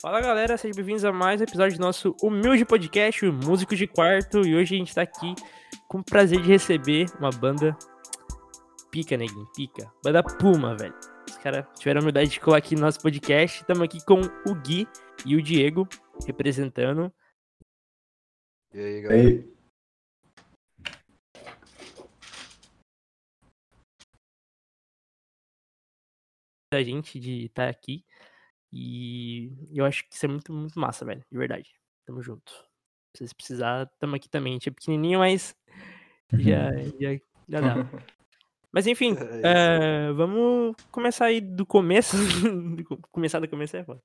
Fala galera, sejam bem-vindos a mais um episódio do nosso humilde podcast, o Músicos de Quarto. E hoje a gente tá aqui com o prazer de receber uma banda pica, neguinho, pica. Banda Puma, velho. Os caras tiveram a humildade de colar aqui no nosso podcast. Estamos aqui com o Gui e o Diego representando. E aí, E galera? aí, da gente de estar aqui. E eu acho que isso é muito, muito massa, velho. De verdade. Tamo junto. Se vocês precisar, tamo aqui também. A gente é pequenininho, mas já, já, já dá. Mas enfim, É isso. eh, vamos começar aí do começo. Do co- começar do começo é foda.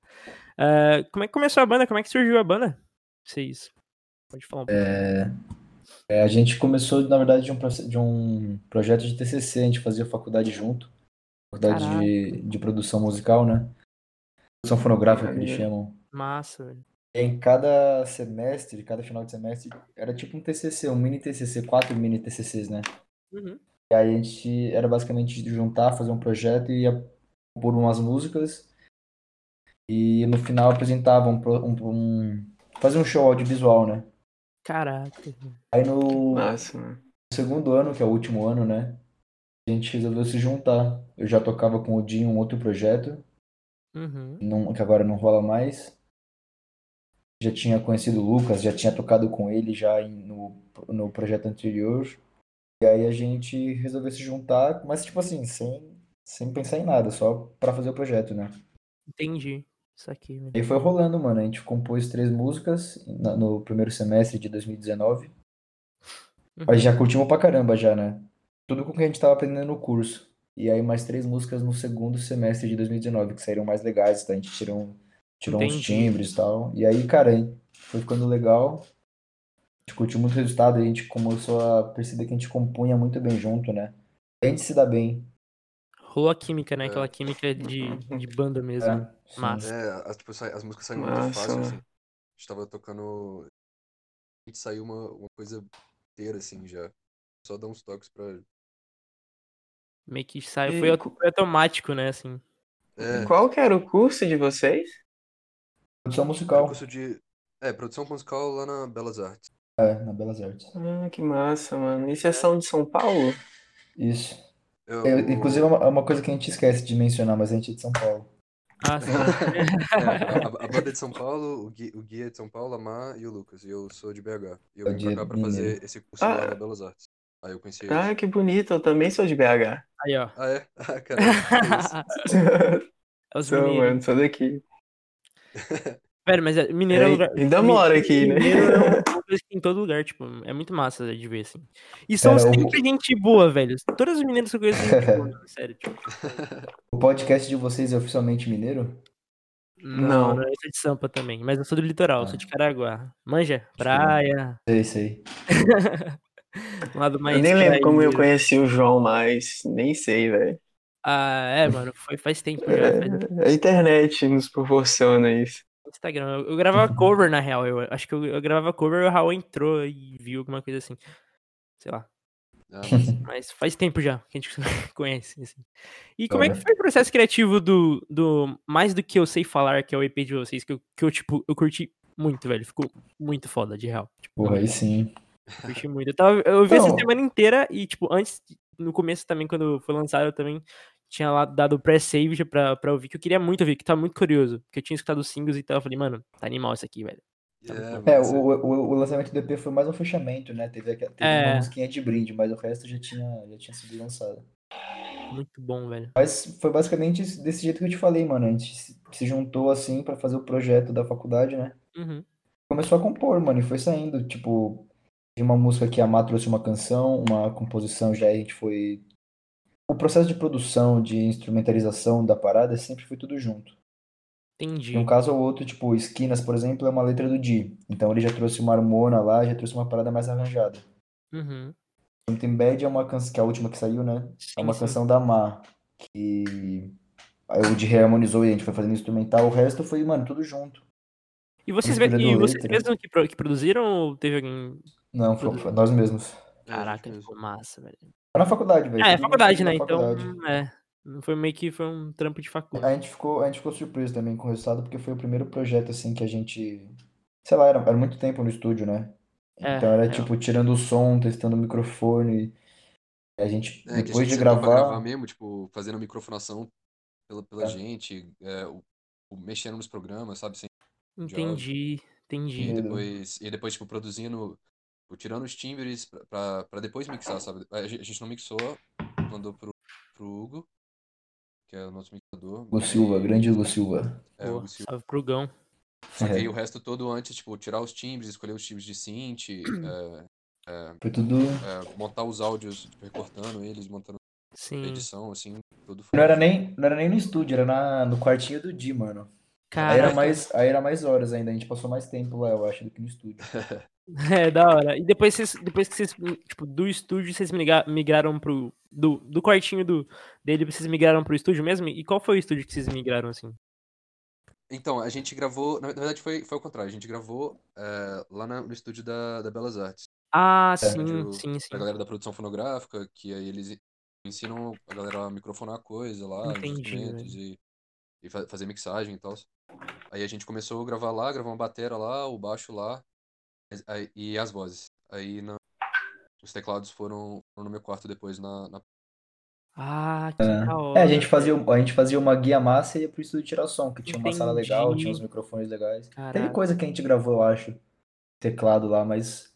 Eh, como é que começou a banda? Como é que surgiu a banda? Vocês. Pode falar um pouco. É, a gente começou, na verdade, de um, proce- de um projeto de TCC, a gente fazia faculdade junto, faculdade Caraca. de, de produção musical, né? Produção fonográfica que eles chamam. Massa, velho. E em cada semestre, cada final de semestre, era tipo um TCC, um mini TCC, quatro mini TCCs, né? Uhum. E aí a gente era basicamente juntar, fazer um projeto e ia compor umas músicas. E no final apresentava um, pro- um, um- fazer um show audiovisual, né? Caraca. velho. Aí no, Massa, mano. no segundo ano, que é o último ano, né? A gente resolveu se juntar. Eu já tocava com o Dinho um outro projeto, Uhum. não- que agora não rola mais. Já tinha conhecido o Lucas, já tinha tocado com ele já em- no, no projeto anterior. E aí a gente resolveu se juntar, mas tipo assim, sem, sem pensar em nada, só pra fazer o projeto, né? Entendi. Isso aqui, velho. E aí foi rolando, mano. A gente compôs três músicas na- no primeiro semestre de 2019. Uhum. Mas já curtimos pra caramba já, né? Tudo com o que a gente tava aprendendo no curso. E aí mais três músicas no segundo semestre de 2019, que saíram mais legais, tá? A gente tirou, um- tirou uns Entendi. timbres e tal. E aí, cara, hein, foi ficando legal. A gente curtiu muito o resultado, a gente começou a perceber que a gente compunha muito bem junto, né? E a gente se dá bem. né? Rolou a química, né? É. Aquela química de, de banda mesmo. né? Sim. Massa. É, as, tipo, sai- as músicas saem muito Massa, fácil, né? assim. A gente tava tocando. A gente saiu uma, uma coisa inteira, assim, já. Só dá uns toques pra. Meio que sai, E foi, co- auto- foi automático, né, assim. É, Qual que era o curso de vocês? Produção era um musical. curso de. É, produção musical lá na Belas Artes. É, na Belas Artes. Ah, que massa, mano. Isso é São de São Paulo? Isso. Eu, É, inclusive, é uma, é uma coisa que a gente esquece de mencionar, mas a gente é de São Paulo. Ah, sim. a, a banda é de São Paulo, o Gui, o Gui é de São Paulo, a Mar e o Lucas. E eu sou de BH. E eu Eu vim pra de cá pra fazer Mineiro. esse curso lá Ah. na Belas Artes. Aí eu conheci eles. Ah, que bonito. Eu também sou de BH. Aí, ó. Ah, é? Então, Ah, cara. É os Sou, mineiros. mano. Sou daqui. Velho, mas é- mineiro é É, lugar. ainda moro aqui, né? Mineiro é um lugar que tem em todo lugar, tipo, é muito massa de ver, assim. E são Cara, o- sempre gente boa, velho. Todos os mineiros que eu conheço são gente boa, mano, sério, tipo. O podcast de vocês é oficialmente mineiro? Não, Não. não, eu sou é de Sampa também, mas eu sou do litoral, eu sou Ah. de Caraguá. Manja, praia, Sei, sei. um lado mais. Eu nem lembro como eu praieiro. conheci o João, mas nem sei, velho. Ah, é, mano, foi faz tempo já, faz É, a internet nos proporciona isso. Instagram. Eu, eu gravava cover, na real. Eu acho que eu, eu gravava cover e o Raul entrou e viu alguma coisa assim. Sei lá. Ah, mas- Mas faz tempo já que a gente conhece. assim. E como é que Olha. foi o processo criativo do, do Mais Do Que Eu Sei Falar, que é o EP de vocês, que eu, que eu tipo, eu curti muito, velho. Ficou muito foda, de real. Tipo, Porra, aí sim. eu curti muito. Eu, tava, eu vi essa Então- semana inteira e, tipo, antes, no começo também, quando foi lançado, eu também tinha lá dado o pré-save já pra, pra ouvir, que eu queria muito ouvir, que tava muito curioso. Porque eu tinha escutado os singles e tal, eu falei, mano, tá animal isso aqui, velho. É, mas o, o, o lançamento do EP foi mais um fechamento, né? Teve, aqua- teve É. uma musiquinha de brinde, mas o resto já tinha, já tinha sido lançado. Muito bom, velho. Mas foi basicamente isso- desse jeito que eu te falei, mano. A gente se- se juntou assim pra fazer o projeto da faculdade, né? Uhum. Começou a compor, mano, e foi saindo. Tipo, de uma música que a Má trouxe uma canção, uma composição já a gente foi. O processo de produção, de instrumentalização da parada sempre foi tudo junto. Entendi. Em um caso ou outro, tipo, Esquinas, por exemplo, é uma letra do Di. Então ele já trouxe uma harmona lá, já trouxe uma parada mais arranjada. Uhum. Something Bad é uma canção, que é a última que saiu, né? É Sim, uma sim. canção da Mar, que aí o Di reharmonizou e a gente foi fazendo instrumental. O resto foi, mano, tudo junto. E vocês, ve- escolhendo e vocês letra. mesmos que, pro- que produziram ou teve alguém. Não, foi, foi nós mesmos. É, a gente Caraca, mesmo. ficou massa, velho. Foi na faculdade, velho. Ah, é Tudo faculdade, na né? Então, faculdade. É. é. Não foi meio que foi um trampo de faculdade. A gente ficou, a gente ficou surpreso também com o resultado, porque foi o primeiro projeto assim que a gente, sei lá, era, era muito tempo no estúdio, né? É, Então era é. tipo tirando o som, testando o microfone. A gente, É, que a depois gente de sentou pra gravar, gravar mesmo, tipo, fazendo a microfonação pela, pela É. gente, é, o, o- mexendo nos programas, sabe? Assim, Entendi, e entendi. Entendi. depois, e depois, tipo, produzindo, tipo, tirando os timbres pra- pra, pra depois mixar, sabe? A gen- a gente não mixou, mandou pro, pro Hugo, que é o nosso mixador. Hugo Silva, e- grande Hugo Silva. É, o Pô, Hugo Silva. salve pro Gão. Só que É. aí o resto todo antes, tipo, tirar os timbres, escolher os timbres de synth, é, Foi tudo. é, montar os áudios, tipo, recortando eles, montando a Sim. edição, assim, tudo Não era nem, não era nem no estúdio, era na, no quartinho do Di, mano. Aí era Cara, mais, aí era mais horas ainda, a gente passou mais tempo lá, eu acho, do que no estúdio. é da hora. E depois, vocês, depois que vocês, tipo, do estúdio, vocês migra- migraram pro. Do, do quartinho do, dele, vocês migraram pro estúdio mesmo? E qual foi o estúdio que vocês migraram, assim? Então, a gente gravou. Na na verdade, foi, foi ao contrário. A gente gravou é, lá na- no estúdio da, da Belas Artes. Ah, É, sim, estúdio sim, sim. A galera da produção fonográfica, que aí eles ensinam a galera a microfonar coisa lá, os Entendi, instrumentos e, e fa- fazer mixagem e tal. Aí a gente começou a gravar lá, gravar uma batera lá, o baixo lá mas- aí- e as vozes. Aí na- os teclados foram, foram no meu quarto depois na, na- Ah, que da hora. É, a gente fazia, a gente fazia uma guia massa e ia pro estúdio tirar som, que tinha uma sala legal, Entendi. tinha uns microfones legais. Teve Caraca. coisa que a gente gravou, eu acho, teclado lá, mas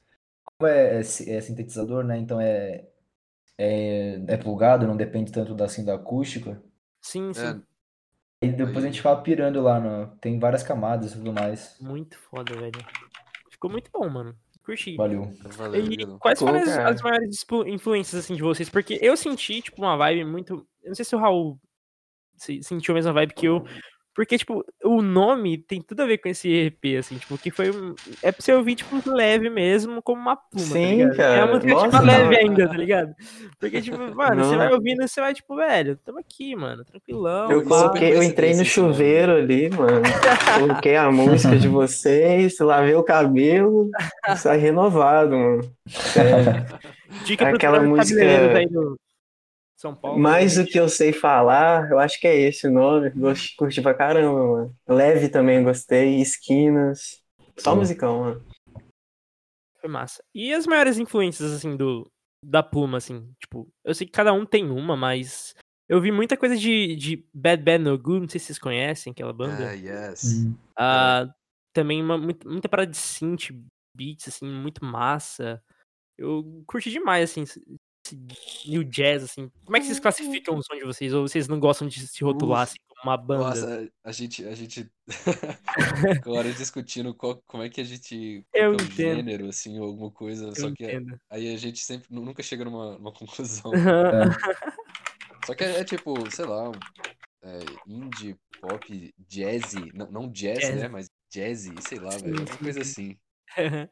como é, é si- é sintetizador, né? Então é, é, é plugado, não depende tanto da, assim, da acústica. Sim, sim. É, E depois a Aí- gente ficava pirando lá, no, tem várias camadas e tudo mais. Muito foda, velho. Ficou muito bom, mano. Curti. Valeu. valeu, E obrigado. quais foram Pô, as, cara. as maiores expo- influências assim de vocês? Porque eu senti tipo uma vibe muito, eu não sei se o Raul se- sentiu a mesma vibe que eu, porque tipo o nome tem tudo a ver com esse EP assim, tipo que foi um, é pra você ouvir tipo leve mesmo como uma pluma, tá Sim, ligado? É cara. uma música tipo, Nossa, leve não. ainda, tá ligado? Porque tipo, mano, você Não. vai ouvindo, você vai tipo, velho, tamo aqui, mano, tranquilão. Eu pá. coloquei, eu coincidência entrei no esse nome. chuveiro ali, mano. Coloquei a música de vocês, lavei o cabelo, saí renovado, mano. Sério. Dica pros aquela caras música- cabeleireiros aí do São Paulo. Mais né? do que eu sei falar, eu acho que é esse o nome. Gost- Curti pra caramba, mano. Leve também gostei, esquinas. Só Sim. musicão, mano. Foi massa. E as maiores influências, assim, do da Pluma, assim, tipo, eu sei que cada um tem uma, mas eu vi muita coisa de, de Bad Bad No Good, não sei se vocês conhecem aquela Ah, banda. yes. Ah, também uma, muito- muita parada de synth, beats, assim, muito massa. Eu curti demais, assim, esse esse new jazz, assim. Como é que vocês classificam o som de vocês? Ou vocês não gostam de se rotular, Uf. assim, como uma banda? Nossa, a gente, a gente ficou horas discutindo qual, como é que a gente Eu qual que é o entendo. gênero, assim, ou alguma coisa, eu só que é entendo. aí a gente sempre nu- nunca chega numa, numa conclusão. Só que é, é tipo, sei lá, é, indie, pop, jazzy, não, não jazz, Jazz. né? Mas jazzy, sei lá, Sim, velho, alguma sim, coisa sim. assim.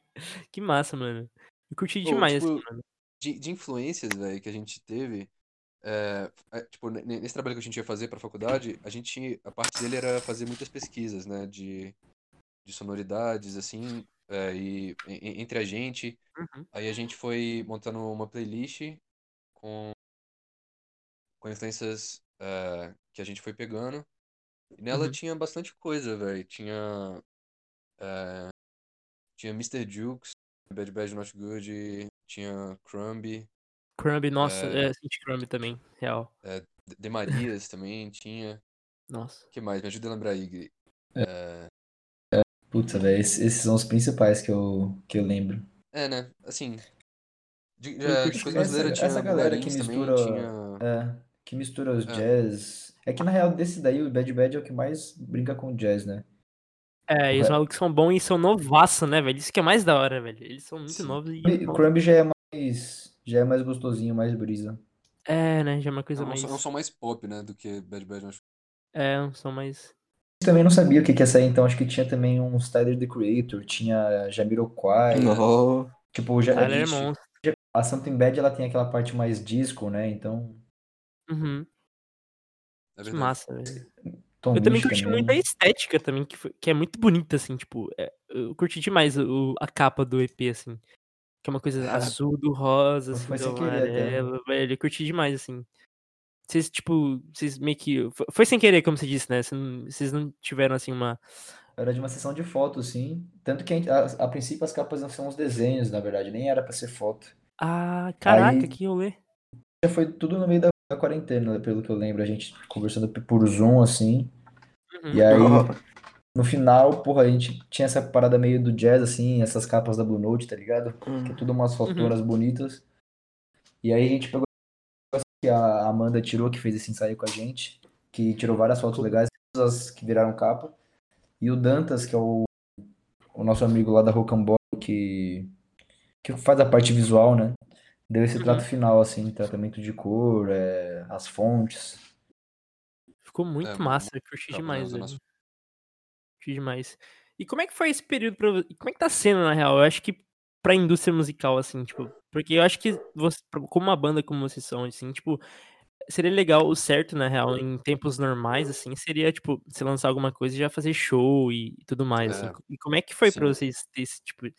que massa, mano. Eu curti Pô, demais, tipo, assim, mano. de, de influências, velho, que a gente teve, é, é, tipo, ne- ne- nesse trabalho que a gente ia fazer pra faculdade, a gente, a parte dele era fazer muitas pesquisas, né, de, de sonoridades, assim, é, e, e- entre a gente. Uhum. Aí a gente foi montando uma playlist com, com influências, é, que a gente foi pegando. E nela Uhum. tinha bastante coisa, velho. Tinha, é, tinha Mr. Jukes, Bad Bad Not Good, tinha Crumb, Crumb, nossa, É. é, senti Crumb também, real. De Marias também tinha. Nossa. O que mais? Me ajuda a lembrar aí, Gui. Puta, velho, esses, esses são os principais que eu, que eu lembro. É, né? Assim. De, de, Eu é, curti coisa essa- brasileira tinha essa galera que Bugarins também, mistura- tinha. É, que mistura os É. jazz. É que na real, desse daí, o Bad Bad é o que mais brinca com jazz, né? É, e os Ué. malucos são bons e são novaço, né, velho? Isso que é mais da hora, velho. Eles são muito Sim. novos e. E O Crumb já é mais, já é mais gostosinho, mais brisa. É, né? Já é uma É coisa um, mais. som, é um som mais pop, né? Do que Bad Bad Not É, um som mais. Eu também não sabia o que que ia sair, então acho que tinha também um Tyler, The Creator, tinha Jamiroquai, Não. tipo, já, Tyler é Vixe. monstro. a Something Bad ela tem aquela parte mais disco, né? Então, Uhum, É que verdade. massa, velho. Tom é Eu também Misch curti também. muito a estética também, que, foi- que é muito bonita, assim, tipo, é, eu curti demais o- a capa do EP, assim. Que é uma coisa É. azul do rosa, Não assim, foi do sem querer até, né? amarelo, velho. Eu curti demais, assim. Vocês, tipo, vocês meio que. fo- Foi sem querer, como você disse, né? Vocês não- Vocês não tiveram, assim, uma. Era de uma sessão de foto, sim. Tanto que a, gente- a, a princípio as capas não são uns desenhos, na verdade, nem era pra ser foto. Ah, caraca, Aí- que rolê. Já foi tudo no meio da, da quarentena, pelo que eu lembro, a gente conversando p- por Zoom, assim. Uhum. E aí, no final, porra, a gente tinha essa parada meio do jazz, assim, essas capas da Blue Note, tá ligado? Que é tudo umas Uhum. fotoras bonitas. E aí a gente pegou essa que a Amanda tirou, que fez esse ensaio com a gente, que tirou várias fotos legais, todas as que viraram capa. E o Dantas, que é o, o nosso amigo lá da Rocambole, que, que faz a parte visual, né? Deu esse Uhum. trato final, assim, tratamento de cor, é, as fontes. Ficou muito É, massa, eu curti cabuloso demais, o velho. nosso- Curti demais. E como é que foi esse período pra vo- Como é que tá sendo, na real? Eu acho que pra indústria musical, assim, tipo... Porque eu acho que, você, pra- como uma banda como vocês são, assim, tipo... Seria legal, o certo, na real, em tempos normais, assim, seria, tipo, você lançar alguma coisa e já fazer show e, e tudo mais, assim. É, E como é que foi pra sim. vocês ter, esse, tipo,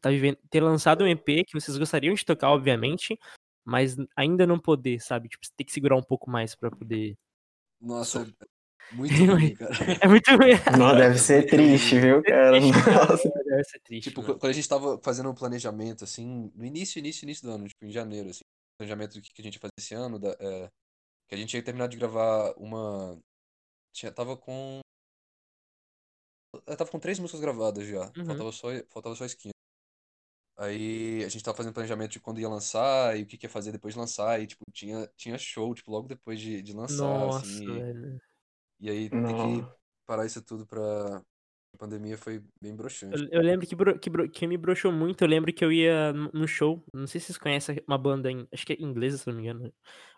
tá vivendo, ter lançado um EP que vocês gostariam de tocar, obviamente, mas ainda não poder, sabe? Tipo, você tem que segurar um pouco mais pra poder... Nossa, é muito ruim, cara. É muito... Não, deve ser triste, viu, cara? Nossa. Deve ser triste, né? Tipo, mano. qu- quando a gente tava fazendo um planejamento, assim, no início, início, início do ano, tipo, em janeiro, assim, planejamento do que que a gente ia fazer esse ano, da- é, que a gente ia terminar de gravar uma. Tinha, tava com. Eu tava com três músicas gravadas já, Uhum. faltava só, faltava só skin. Aí a gente tava fazendo planejamento de quando ia lançar e o que, que ia fazer depois de lançar, e tipo, tinha, tinha show, tipo, logo depois de, de lançar, Nossa, assim, e- velho. e, aí ter que Não. parar isso tudo pra. A pandemia foi bem broxante. Eu, eu lembro que, bro- que, bro- que me broxou muito. Eu lembro que eu ia num num show. Não sei se vocês conhecem uma banda, em- acho que é inglesa, se não me engano,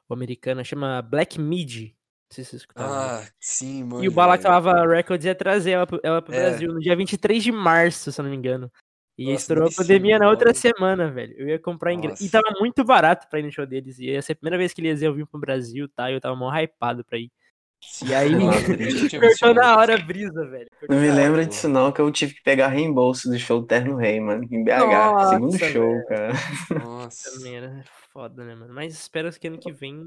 ou americana, chama Black Mid. Não sei se vocês escutaram. né? Ah, sim, mano. e o Balaclava Records ia trazer ela pro, ela pro É. Brasil no dia 23 de março, se eu não me engano. E aí Nossa, estourou a delicinha, pandemia na outra mano. semana, velho. Eu ia comprar ingresso. E Nossa. tava muito barato pra ir no show deles. E ia ser a primeira vez que eles iam vir pro Brasil, tá? E eu tava mó hypado pra ir. E aí, cortou na hora a brisa, velho. Não me Ah, lembra pô. disso, não, que eu tive que pegar reembolso do show do Terno Rei, mano, em BH. Nossa, Segundo show, cara. um. Nossa. Também era foda, né, mano? Mas espero que ano que vem.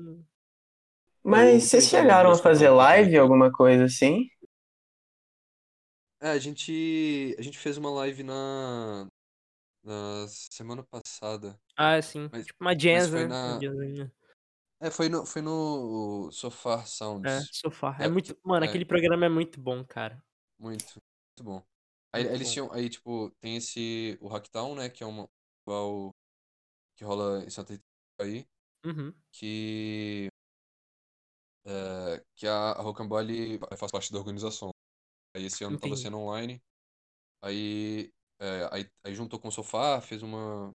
Mas Eu- vocês eu- eu chegaram a gosto fazer muito, live, né? alguma coisa assim? É, a gente, a gente fez uma live na, na semana passada. Ah, sim. Mas- tipo uma jazz, foi né? na- Uma jazzzinha. É, foi no, foi no Sofá É, Sounds. sofá. É, É, muito. Mano, é. aquele programa é muito bom, cara. Muito, muito bom. Aí, Muito eles bom. tinham, aí, tipo, tem esse, o Hacktown, né, que é um igual que rola em Santa Catarina aí, Uhum. que, é, que a, a Rocambole faz parte da organização. Aí esse ano tava Entendi. sendo online. Aí, é, aí, aí juntou com o sofá, fez uma.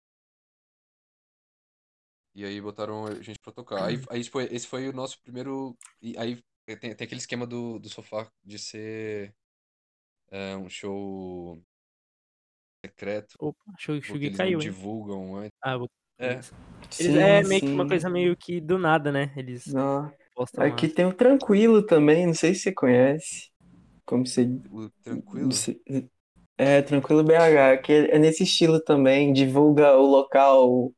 E aí botaram a gente pra tocar. Aí, aí tipo, esse foi o nosso primeiro. E aí é, tem, tem aquele esquema do, do sofá de ser é, um show secreto, Opa, achei que porque o eles caiu, não hein? divulgam antes. Ah, vou... É, Eles é meio que uma coisa meio que do nada, né? Eles Não. é postam. lá. Aqui tem o Tranquilo também, não sei se você conhece. Como você Um, o tranquilo. Não sei. É, Tranquilo BH, que é nesse estilo também, divulga o local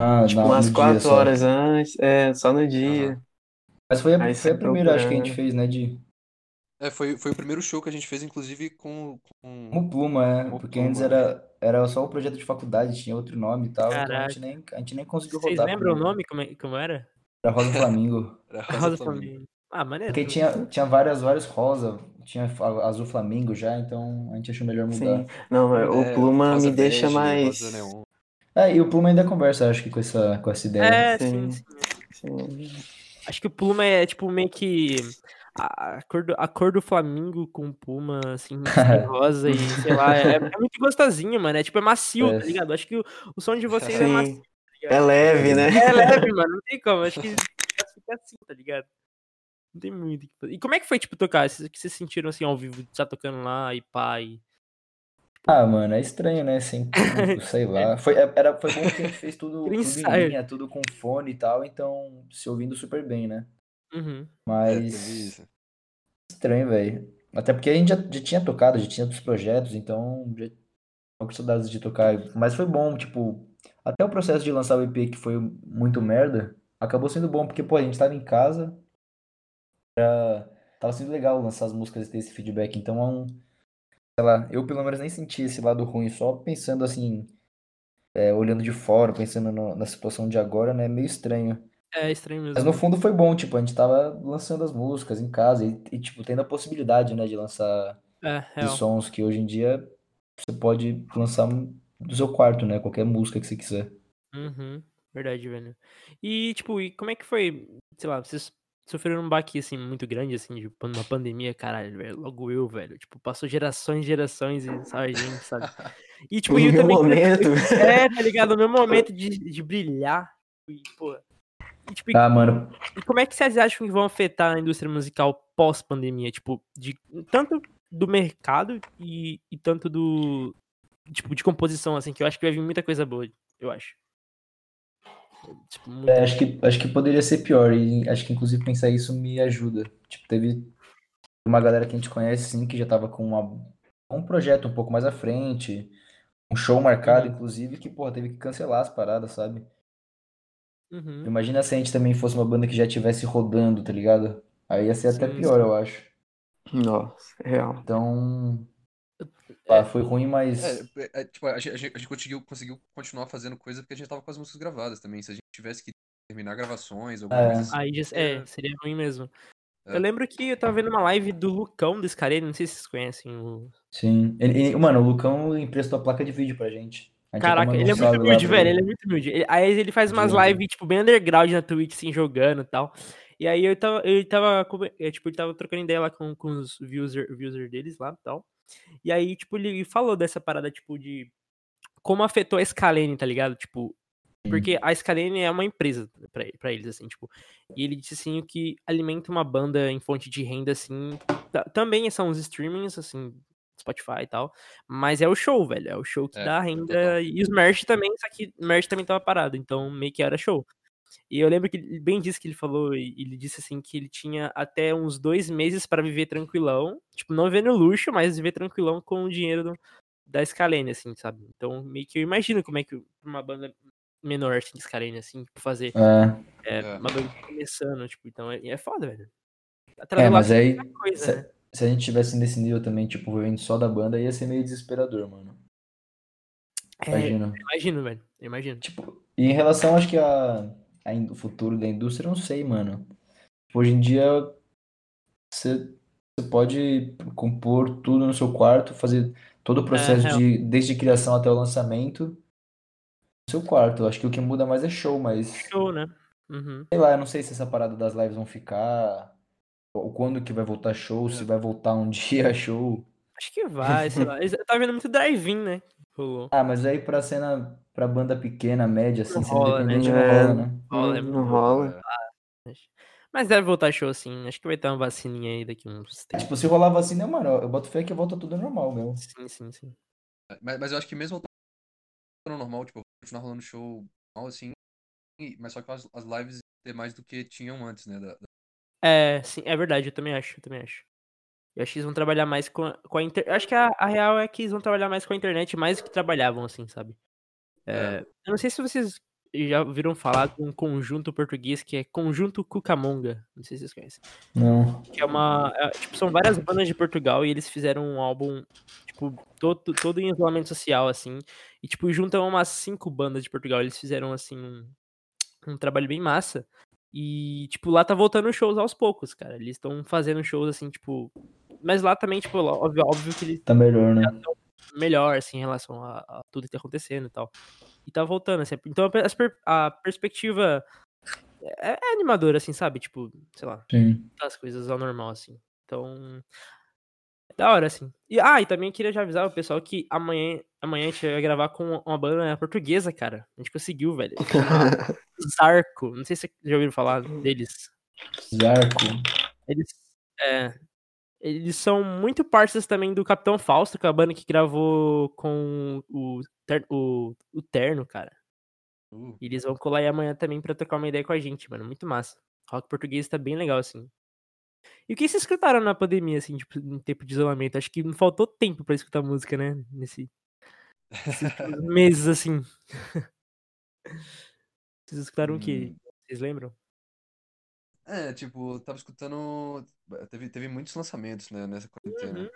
Ah, tipo, na- umas no dia quatro só. horas antes, é, só no dia. Aham. Mas foi a, Aí foi a você primeira, acho que a procura, gente fez, né, de É, foi, foi o primeiro show que a gente fez, inclusive, com, com... Como Pluma, é, Como porque Pluma, antes né? era, era só o projeto de faculdade, tinha outro nome e tal, então a Caraca. gente nem, a gente nem conseguiu Vocês rodar lembram o pro- nome? Como, é- como era? pra Rosa Flamingo. Era Rosa, Rosa Flamengo. Flamengo. Ah, maneiro. Porque tinha, tinha várias, várias rosa, tinha a- azul Flamingo já, então a gente achou melhor mudar. Sim. Não, mas o É, Pluma rosa me deixa bege, mais. rosa neon. né, É, e o Pluma ainda conversa, acho que com essa, com essa ideia. É, sim, Sim. sim. Sim. Acho que o Pluma é tipo meio que a a cor do, a cor do Flamingo com Puma, assim, mistura rosa e sei lá. É, é muito gostosinho, mano. É tipo, é macio, tá É. ligado? Acho que o, o som de vocês é macio. Sim. É leve, né? É leve, mano. Não tem como. Acho que fica assim, tá ligado? Não tem muito o que fazer. E como é que foi, tipo, tocar? Vocês- O que vocês sentiram, assim, ao vivo? Já tocando lá e pá e... Ah, mano, é estranho, né? Sem público, sei lá. Foi, é- era, foi bom que a gente fez tudo, Era tudo em ensaio. linha, tudo com fone e tal, então se ouvindo super bem, né? Uhum. É, teve Mas. isso. Estranho, velho. Até porque a gente já, já tinha tocado, já tinha outros projetos, então já tava com saudades de tocar. Mas foi bom, tipo, até o processo de lançar o EP que foi muito merda, acabou sendo bom, porque, pô, a gente tava em casa, era... tava sendo legal lançar as músicas e ter esse feedback. Então, é um, sei lá, eu pelo menos nem senti esse lado ruim, só pensando assim, é, olhando de fora, pensando no- na situação de agora, né? É meio estranho. É estranho mesmo. Mas no fundo foi bom, tipo, a gente tava lançando as músicas em casa e, e, tipo, tendo a possibilidade, né, de lançar É, de real. sons que hoje em dia você pode lançar um do seu quarto, né? Qualquer música que você quiser. Uhum, verdade, velho. E, tipo, e como é que foi? Sei lá, vocês sofreram um baque, assim, muito grande, assim, de pan- uma pandemia, caralho, velho. Logo eu, velho. Tipo, passou gerações e gerações e sabe, a gente, sabe? E, tipo, No eu meu também. momento. É, tá ligado? No meu momento de, de brilhar. tipo, E, porra. E, tipo, e Ah, mano, e como é que vocês acham que vão afetar a indústria musical pós-pandemia? Tipo, de, tanto do mercado e, e tanto do. Tipo, de composição, assim, que eu acho que vai vir muita coisa boa, eu acho. Tipo, muita- é, acho que, acho que poderia ser pior e acho que inclusive pensar isso me ajuda. Tipo, teve uma galera que a gente conhece, sim, que já tava com uma- um projeto um pouco mais à frente, um show marcado, Uhum. inclusive, que, porra, teve que cancelar as paradas, sabe? Uhum. Imagina se a gente também fosse uma banda que já estivesse rodando, tá ligado? Aí ia ser até Sim, pior, eu acho. Nossa, é real. Então, É. ah, foi ruim, mas É, é, tipo, a gente, a gente- a gente conseguiu, conseguiu continuar fazendo coisa porque a gente tava com as músicas gravadas também. Se a gente tivesse que terminar gravações, alguma É. coisa assim. Aí já, é, seria ruim mesmo. É. Eu lembro que eu tava vendo uma live do Lucão desse cara, não sei se vocês conhecem o. sim. Ele- ele- mano, o Lucão emprestou a placa de vídeo pra gente. A gente até Caraca, mandou ele é um muito salve lá Uhum. humilde, pra velho. Ele é muito humilde. Ele- aí ele faz umas Gênio. lives, tipo, bem underground na Twitch, assim, jogando e tal. E aí eu tava, ele tava. com- é, Tipo, ele tava trocando ideia lá com, com os user, user deles lá e tal. E aí, tipo, ele falou dessa parada, tipo, de como afetou a Scalene, tá ligado? Tipo, Sim. porque a Scalene é uma empresa pra pra eles, assim, tipo. E ele disse, assim, o que alimenta uma banda em fonte de renda, assim. ta- Também são os streamings, assim, Spotify e tal. Mas é o show, velho. É o show que É, dá renda. total. E os merch também, só que merch também tava parado, então meio que era show. E eu lembro que ele bem disso que ele falou, e ele disse assim que ele tinha até uns dois meses pra viver tranquilão, tipo, não vendo luxo, mas viver tranquilão com o dinheiro do- da Scalene, assim, sabe? Então, meio que eu imagino como é que uma banda menor, assim, de Scalene, assim, tipo, fazer É, é, É. uma banda começando, tipo, então é, é foda, velho. é, Atrasou mas aí, muita coisa, né? se, se a gente tivesse nesse nível também, tipo, vivendo só da banda, ia ser meio desesperador, mano. É, Imagina. imagino, velho. eu Imagino. Tipo, e em relação, acho que a, a in- o futuro da indústria, eu não sei, mano. Tipo, Hoje em dia, você você pode compor tudo no seu quarto, fazer todo o processo É, real. de, desde criação até o lançamento no seu quarto. Eu Acho que o que muda mais é show, mas Show, né? Uhum. sei lá, eu não sei se essa parada das lives vão ficar, ou quando que vai voltar show, É. se vai voltar um dia show. Acho que vai, sei lá. Eles- Eu tava vendo muito drive-in, né? Rolou. Ah, mas aí pra cena, pra banda pequena, média, assim, Não sendo rola, né? independente, não É. rola, né? Rola, é Não, muito rola. Mas deve voltar show sim. Acho que vai ter uma vacininha aí daqui uns tempos. Tipo, se rolar vacina, mano, eu boto fé que volta tudo normal, meu. Sim, sim, sim. Mas, mas eu acho que mesmo no normal, tipo, continuar rolando show normal, assim, e- mas só que as, as lives ter mais do que tinham antes, né? da- da- É, sim, é verdade, eu também acho, eu também acho. Eu acho que eles vão trabalhar mais com a, com a inter... eu Acho que a, a real é que eles vão trabalhar mais com a internet, mais do que trabalhavam, assim, sabe? É, Eu não sei se vocês já ouviram falar de um conjunto português que é Conjunto Cucamonga. Não sei se vocês conhecem. Não. que é uma. é, tipo, são várias bandas de Portugal e eles fizeram um álbum, tipo, todo, todo em isolamento social, assim. E, tipo, juntam umas cinco bandas de Portugal. Eles fizeram, assim, um, um trabalho bem massa. E, tipo, lá tá voltando shows aos poucos, cara. Eles estão fazendo shows, assim, tipo. Mas lá também, tipo, lá- óbvio, óbvio que eles Tá melhor, né? melhor, assim, em relação a, a tudo que tá acontecendo e tal. E tá voltando, assim. Então a, per- a perspectiva é, é animadora, assim, sabe? Tipo, sei lá Sim. voltar as coisas ao normal, assim. Então. É da hora, assim. E, ah, e também queria já avisar o pessoal que amanhã, amanhã a gente vai gravar com uma banda portuguesa, cara. A gente conseguiu, velho. Ah, Zarco. Não sei se vocês já ouviram falar deles. Zarco. Eles. É. Eles são muito parças também do Capitão Fausto, que é a banda que gravou com o, Ter- o, o Terno, cara. Uh, E eles vão colar aí amanhã também pra trocar uma ideia com a gente, mano. Muito massa. Rock português tá bem legal, assim. E o que vocês escutaram na pandemia, assim, tipo, em tempo de isolamento? Acho que não faltou tempo pra escutar música, né? Nesse, nesses últimos meses, assim. Vocês escutaram o quê? Hum. Vocês lembram? É, tipo, eu tava escutando. eh, Teve, teve muitos lançamentos, né, nessa quarentena.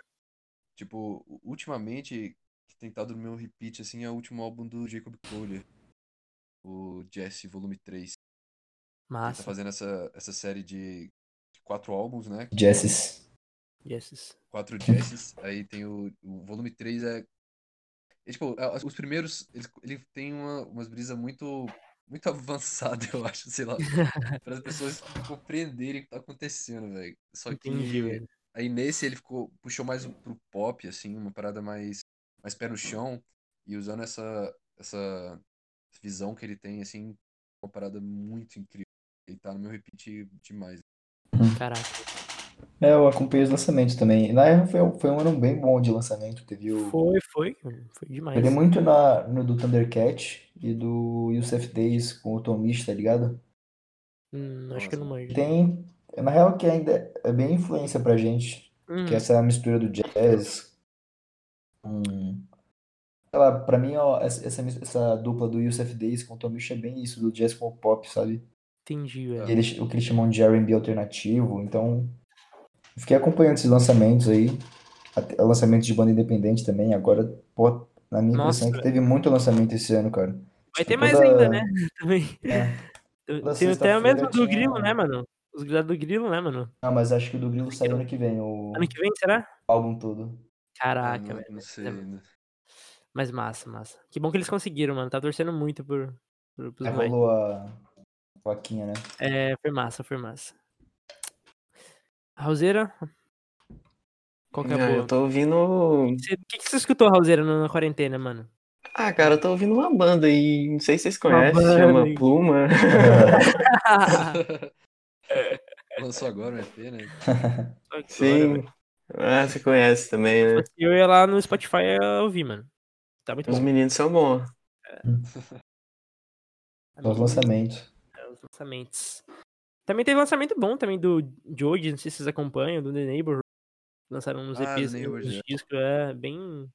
Tipo, u- ultimamente, que tem estado no meu repeat, assim, é o último álbum do Jacob Collier. O Jesse Volume 3. Ele tá Massa. fazendo essa, essa série de de quatro álbuns, né? Jesses. Yeses. Quatro Jesses. Aí tem o, o volume 3 é. é, tipo, a- os primeiros. Ele, ele tem uma, umas brisas muito. Muito avançada, eu acho, sei lá. para as pessoas compreenderem o que tá acontecendo, velho. Só que. Entendi, velho. Aí nesse ele ficou, puxou mais pro pop, assim, uma parada mais, mais pé no chão, e usando essa, essa visão que ele tem, assim, uma parada muito incrível. Ele tá no meu repeat demais. Caraca. É, eu acompanhei os lançamentos também. E Na época foi, foi um ano bem bom de lançamento. Teve o. Foi, foi. mano. Foi demais. Peguei é muito na, no do Thundercat e do Yusef Days com o Tomish, tá ligado? Hum, acho que eu não manjo. Tem. Na real, que ainda é bem influência pra gente. Hum, Que é essa mistura do jazz com. Sei lá, pra mim, ó, essa, essa mis- essa dupla do Yusef Days com o Tomish é bem isso, do jazz com o pop, sabe? entendi, velho. E eles, o que eles chamam de R&B alternativo, então. eu Fiquei acompanhando esses lançamentos aí. até- Lançamentos de banda independente também. Agora, pô, na minha Nossa, impressão é que teve muito lançamento esse ano, cara. Vai ter Toda- mais ainda, né? Também. É. Eu- Toda Tem até o mesmo do sexta-feira tinha- Grilo, né, mano? Os grilados do Grilo, né, mano? Ah, mas acho que o do Grilo sai ano que vem, o Ano que vem, será? álbum todo. Ah, Caraca, não, velho. não sei ainda. Mas massa, massa. Que bom que eles conseguiram, mano. Tá torcendo muito por, por, pros Aí moleques. É, rolou a vaquinha, né? É, foi massa, foi massa. Raulzeira? Qual que é a Ah, boa? eu tô ouvindo. Você- O que, que você escutou, Raulzeira, na, na quarentena, mano? Ah, cara, eu tô ouvindo uma banda aí. Não sei se vocês conhecem, banda né? chama aí. Pluma. Lançou agora o EP, né? Só que agora, Sim. velho. Ah, você conhece também, né? Eu ia lá no Spotify eu ouvi, mano. Tá muito Os bom. meninos são bons. Só os lançamentos. É, os lançamentos. Também teve lançamento bom também do Joji, não sei se vocês acompanham, do The Neighbor. Lançaram uns Ah, EPs, The Neighbor, uns já. discos, é, bem...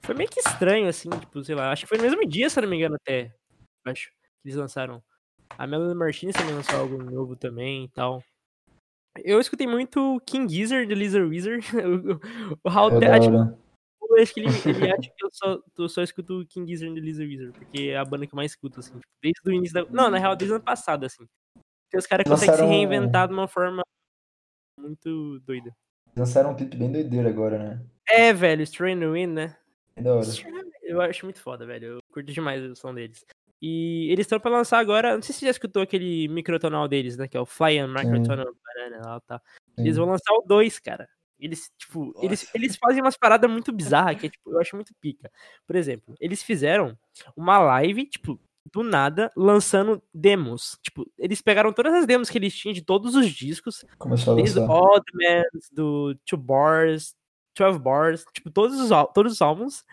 Foi meio que estranho, assim, tipo, sei lá, acho que foi no mesmo dia, se eu não me engano, até, eu acho, que eles lançaram. A Melanie Martinez também lançou algo novo também e tal. Eu escutei muito King Gizzard, do Lizard Wizard. O- o- tipo, o Raul, É até- da acho hora. eu acho que ele, ele acha que eu só, eu só escuto o King Gizzard e Lizard Wizard, porque é a banda que eu mais escuto, assim, tipo, desde o início da. Não, na real, desde o ano passado, assim. Porque os caras conseguem se Lançaram- reinventar de uma forma muito doida. Lançaram um clipe bem doideiro agora, né? É, velho, Strain to Win, né? É da hora. Eu acho muito foda, velho. Eu curto demais o som deles. E eles estão pra lançar agora. Não sei se você já escutou aquele microtonal deles, né? Que é o Fly and Microtonal Banana lá, tá? Eles vão lançar o 2, cara. Eles, tipo, eles, Nossa. eles fazem umas paradas muito bizarras que, tipo, eu acho muito pica. Por exemplo, eles fizeram uma live, tipo, do nada, lançando demos. Tipo, eles pegaram todas as demos que eles tinham de todos os discos, Começou a desde lançar. Odd Man, do Two Bars, 12 Bars, tipo, todos os, ál- todos os álbuns.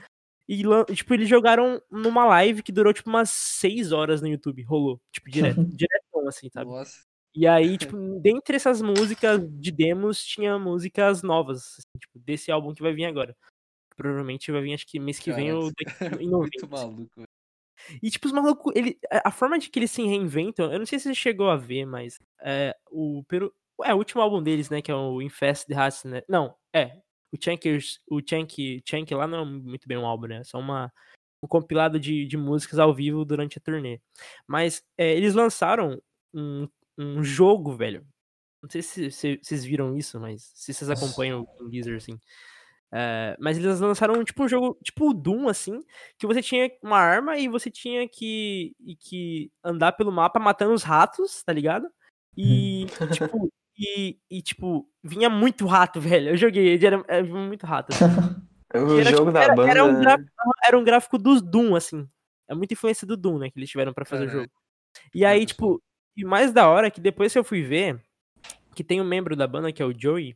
E, lan- tipo, eles jogaram numa live que durou, tipo, umas 6 horas no YouTube. Rolou, tipo, direto, diretão, assim, sabe? Nossa. E aí, tipo, dentre essas músicas de demos, tinha músicas novas, assim, tipo, desse álbum que vai vir agora. Provavelmente vai vir, acho que mês que vem ou daqui em Muito novembro. maluco, velho. E, tipo, os malucos, ele, a a forma de que eles se reinventam, eu não sei se você chegou a ver, mas é, o, peru, é, o último álbum deles, né, que é o Infest the Hats, né? Não, é, o Chankers, o Chank, Chank lá não é muito bem um álbum, né? É só uma, um compilado de, de músicas ao vivo durante a turnê. Mas é, eles lançaram um, um jogo, velho. Não sei se se- vocês viram isso, mas se vocês Nossa. acompanham o Blizzard, assim. É, mas eles lançaram tipo um jogo, tipo o Doom, assim, que você tinha uma arma e você tinha que, e que andar pelo mapa matando os ratos, tá ligado? E, tipo, e, e, tipo, vinha muito rato, velho. Eu joguei, era, era muito rato. assim. O Era, jogo tipo, da era- banda. era um né? gráfico- Era um gráfico dos Doom, assim. É muita influência do Doom, né, que eles tiveram pra É. fazer o Caralho. jogo. E aí, Olha só. tipo, e mais da hora é que depois que eu fui ver que tem um membro da banda, que é o Joey,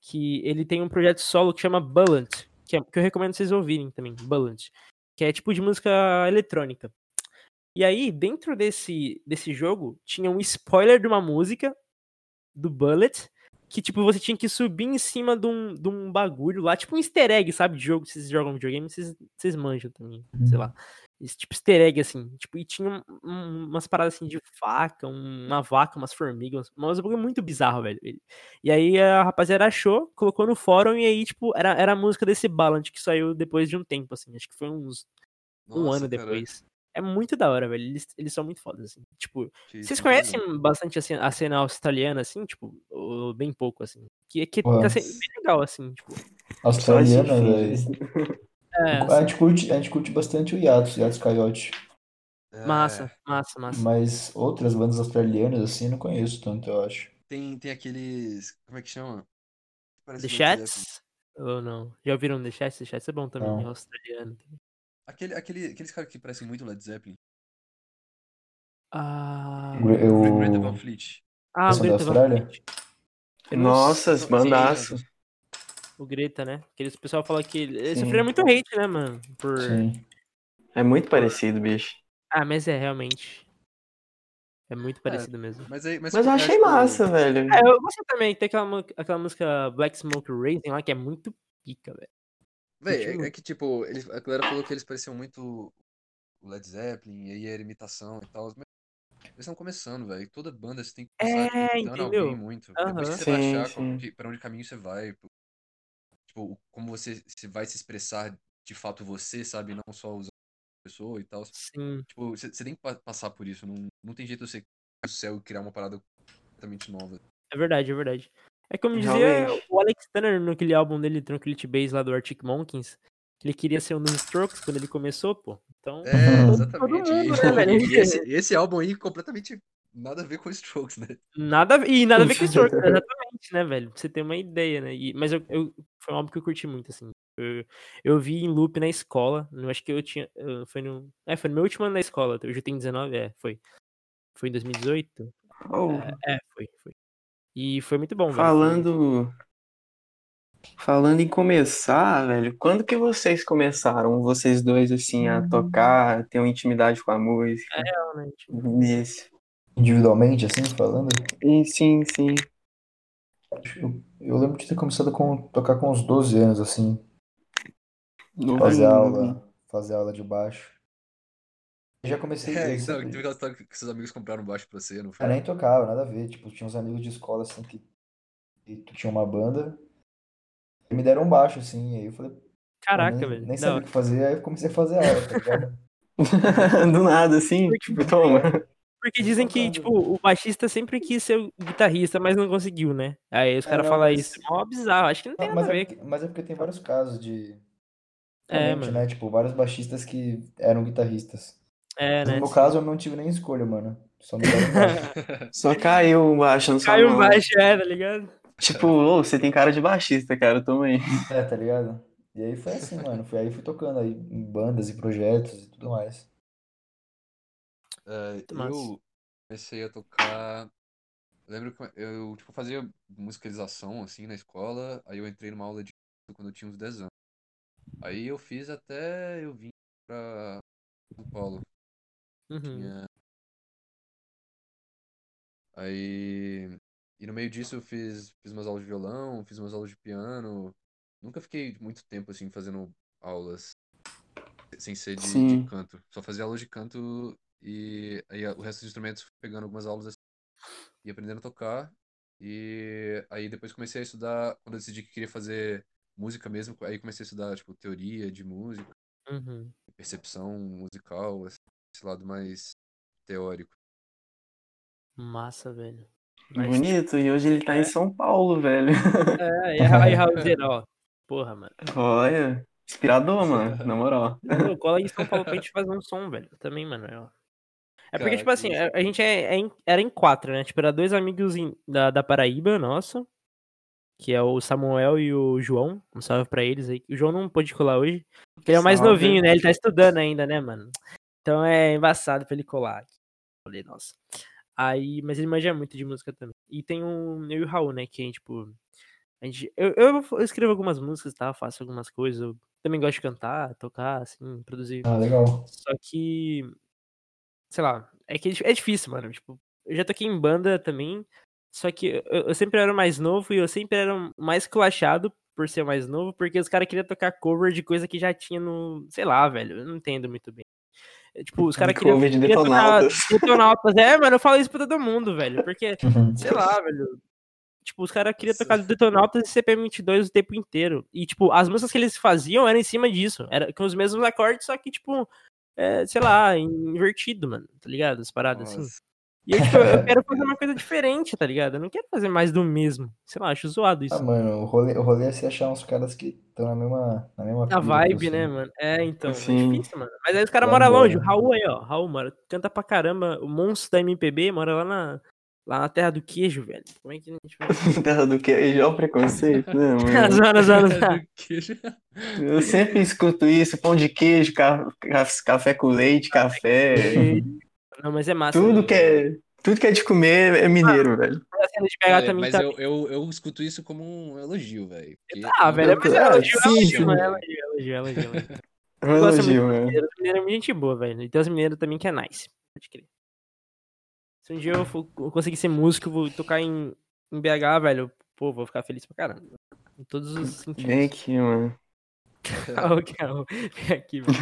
que ele tem um projeto solo que chama Ballant, que, é- que eu recomendo vocês ouvirem também, Ballant, que é tipo de música eletrônica. E aí, dentro desse, desse jogo, tinha um spoiler de uma música do Bullet, que tipo, você tinha que subir em cima de um, de um bagulho lá, tipo um easter egg, sabe, de jogo, que vocês jogam videogame, vocês, vocês manjam também, sei lá. Esse tipo easter egg, assim. Tipo, e tinha um- um- umas paradas assim de vaca, um- uma vaca, umas formigas, umas um bagulho muito bizarro, velho. Ele- E aí a rapaziada achou, colocou no fórum e aí, tipo, era, era a música desse Ballant que saiu depois de um tempo, assim. Acho que foi uns um Nossa, ano cara, depois. É muito da hora, velho. Eles, eles são muito fodas, assim. Tipo, que vocês incrível. conhecem bastante assim, a cena, a cena australiana, assim, tipo, ou bem pouco, assim. Que, que tá Ué. sendo bem legal, assim, tipo. Australiana, Só esses velho. filmes. É, A gente curte, a gente curte bastante o Yatos, Yatos Coyote. É, massa, massa, massa. Mas outras bandas australianas, assim, não conheço tanto, eu acho. Tem, tem aqueles. Como é que chama? Parece The Led Zeppelin. Chats? Ou não? Já ouviram The Chats? The Chats é bom também, Não. é australiano. Aquele, aquele, aqueles caras que parecem muito Led Zeppelin. Ah, Gre- Eu... Greta Van Fleet. ah o Eles são da Greta Van Austrália? Fleet. Nossa, Não, bandaço. sim, O Greta, né? Que eles- o pessoal fala que ele- eles Sim. sofreram muito hate, né, mano? Por... Sim. É muito parecido, bicho. Ah, mas é realmente. É muito parecido mesmo. Mas, aí, mas, Mas eu é, achei tipo, massa, velho. É, eu gostei também. Tem aquela, mu- aquela música Black Smoke Racing lá que é muito pica, velho. Véi, é- Continua. é, que, tipo, eles, a galera falou que eles pareciam muito o Led Zeppelin, e aí era imitação e tal. Mas eles estão começando, velho. Toda banda você tem que É, pensar que imitando entendeu? alguém muito. Aham. Depois que você Sim, vai achar como sim. que- pra onde caminho você vai. pro- Tipo, o- como você se vai se expressar de fato você, sabe? Não só usando a pessoa e tal. Sim. Tipo, você você tem que pa- passar por isso. Não, não tem jeito de você cair do céu e criar uma parada completamente nova. É verdade, é verdade. É como dizia Realmente. o Alex Turner naquele álbum dele, Tranquility Base, lá do Arctic Monkeys, que ele queria ser um dos Strokes quando ele começou, pô. Então, É, Todo exatamente. E- mundo, né, velho? e- e esse, esse álbum aí completamente nada a ver com Strokes, né? nada, a ver- e nada a ver com Strokes, exatamente, né, velho? Pra você ter uma ideia, né? E- mas eu, eu- foi um álbum que eu curti muito, assim. Eu, eu vi em loop na escola, eu acho que eu tinha, eu- foi no, é, foi no meu último ano na escola, hoje eu tenho 19, é, foi. Foi em 2018? Oh, É, foi, foi. E foi muito bom, velho. foi- falando. Falando em começar, velho, quando que vocês começaram, vocês dois, assim, Uhum. a tocar, a ter uma intimidade com a música? É. realmente. Isso. Individualmente, assim, falando. E sim, sim. Eu, eu lembro de ter começado com tocar com uns 12 anos, assim, Novinho, fazer um, novinho. aula, fazer aula de baixo. Eu já comecei, É, eu então, sempre- teve aquela história que seus amigos compraram um baixo pra você, não foi? Eu nem tocava, nada a ver. Tipo, tinha uns amigos de escola, assim, que, que tinha uma banda. E me deram um baixo, assim. Aí eu falei, pô, Caraca, nem, velho. nem da sabia o que fazer. Aí eu comecei a fazer aula, tá ligado? Do nada, assim, tipo, toma. Porque dizem que, Concordo. tipo, o baixista sempre quis ser o guitarrista, mas não conseguiu, né? Aí os É, caras não, falam mas- isso. É mó bizarro. Acho que não tem Não, nada mas, a é ver. porque, mas é porque tem vários casos de. É, realmente, mano. né? Tipo, vários baixistas que eram guitarristas. É, Mas né? no meu caso, eu não tive nem escolha, mano. Só me deram um baixo. Só caiu baixo na sua Caiu mão. baixo, é, tá ligado? Tipo, ô, você tem cara de baixista, cara, toma aí. É, tá ligado? E aí foi assim, mano. Foi aí fui tocando aí em bandas e projetos e tudo mais. É, massa. eu comecei a tocar. Eu lembro que eu tipo, fazia musicalização assim na escola, aí eu entrei numa aula de canto quando eu tinha uns 10 anos. Aí eu fiz até eu vim pra São Paulo. Uhum. Tinha- Aí. E no meio disso eu fiz, fiz umas aulas de violão, fiz umas aulas de piano. Nunca fiquei muito tempo assim fazendo aulas sem ser de, de Sim. canto. Só fazia aulas de canto e aí a- o resto dos instrumentos fui pegando algumas aulas assim, e aprendendo a tocar. E aí depois comecei a estudar, quando eu decidi que queria fazer música mesmo, aí comecei a estudar tipo teoria de música Uhum. percepção musical, esse esse lado mais teórico. Massa, velho. Mas- Bonito, e hoje ele tá em São Paulo, velho. É, e aí, Raulzeiro, ó. Porra, mano. Olha, inspirador, mano, na moral. Pô, cola aí em São Paulo pra gente fazer um som, velho. Também, mano. ó. É porque, Cara, tipo que assim, isso. a, a gente é- é em- era em quatro, né? Tipo, era dois amigos em- da, da Paraíba, nossa. Que é o Samuel e o João. Um salve pra eles aí. O João não pôde colar hoje. porque Ele é o mais Salve. novinho, né? Ele tá estudando ainda, né, mano? Então é embaçado pra ele colar. Falei, nossa. Aí, mas ele manja muito de música também. E tem um, eu e o Raul, né? Que, tipo, a gente, eu, eu, eu escrevo algumas músicas, tá? Faço algumas coisas. Eu também gosto de cantar, tocar, assim, produzir. Ah, legal. Só que. Sei lá, é que é dif- é difícil, mano. Tipo, eu já toquei em banda também. Só que eu, eu sempre era o mais novo e eu sempre era o mais culachado por ser mais novo, porque os caras queriam tocar cover de coisa que já tinha no. Sei lá, velho. Eu não entendo muito bem. É, Tipo, os caras queriam Micro-ondas de queria tocar detonautas. Detonautas. É, mano, eu falo isso pra todo mundo, velho. Porque, Uhum. sei lá, velho. Tipo, os caras queriam tocar Detonautas e CPM22 o tempo inteiro. E, tipo, as músicas que eles faziam eram em cima disso. Era com os mesmos acordes, só que, tipo, é, sei lá, invertido, mano. Tá ligado? As paradas assim. Nossa. E eu, tipo, eu quero fazer uma coisa diferente, tá ligado? Eu não quero fazer mais do mesmo. Sei lá, acho zoado isso. Ah, mano, o rolê, o rolê é você achar uns caras que estão na mesma, na mesma Na pira, vibe, assim. né, mano? É, então. É Sim. difícil, mano. Mas aí os caras Vai moram embora. longe. O Raul aí, ó. Raul, mano, canta pra caramba. O monstro da MPB mora lá na, lá na terra do queijo, velho. Como é que a gente vai. Terra do queijo, olha o preconceito. Não, mano. Zona, zona, zona. Do queijo. Eu sempre escuto isso, pão de queijo, ca- ca- café com leite, café. Não, mas é massa. Tudo velho. que é, tudo que é de comer é mineiro, velho. A cena de pegar Olha, também É, mas tá. eu, eu, eu escuto isso como um elogio, velho. porque Ah, eu- velho, mas é Ah, elogio, sim, elogio, né? sim. mano, né? elogio, elogio, elogio, elogio. É Eu um gosto elogio, né? Mineiro, mineiro é muito gente boa, velho. E tem os mineiros também que é nice. Pode crer. Se um dia eu, for- eu conseguir ser músico, eu vou tocar em, em BH, velho. Pô, vou ficar feliz pra caramba. Em todos os sentidos. Vem aqui, mano. Ah, ok, ah, vem aqui, mano.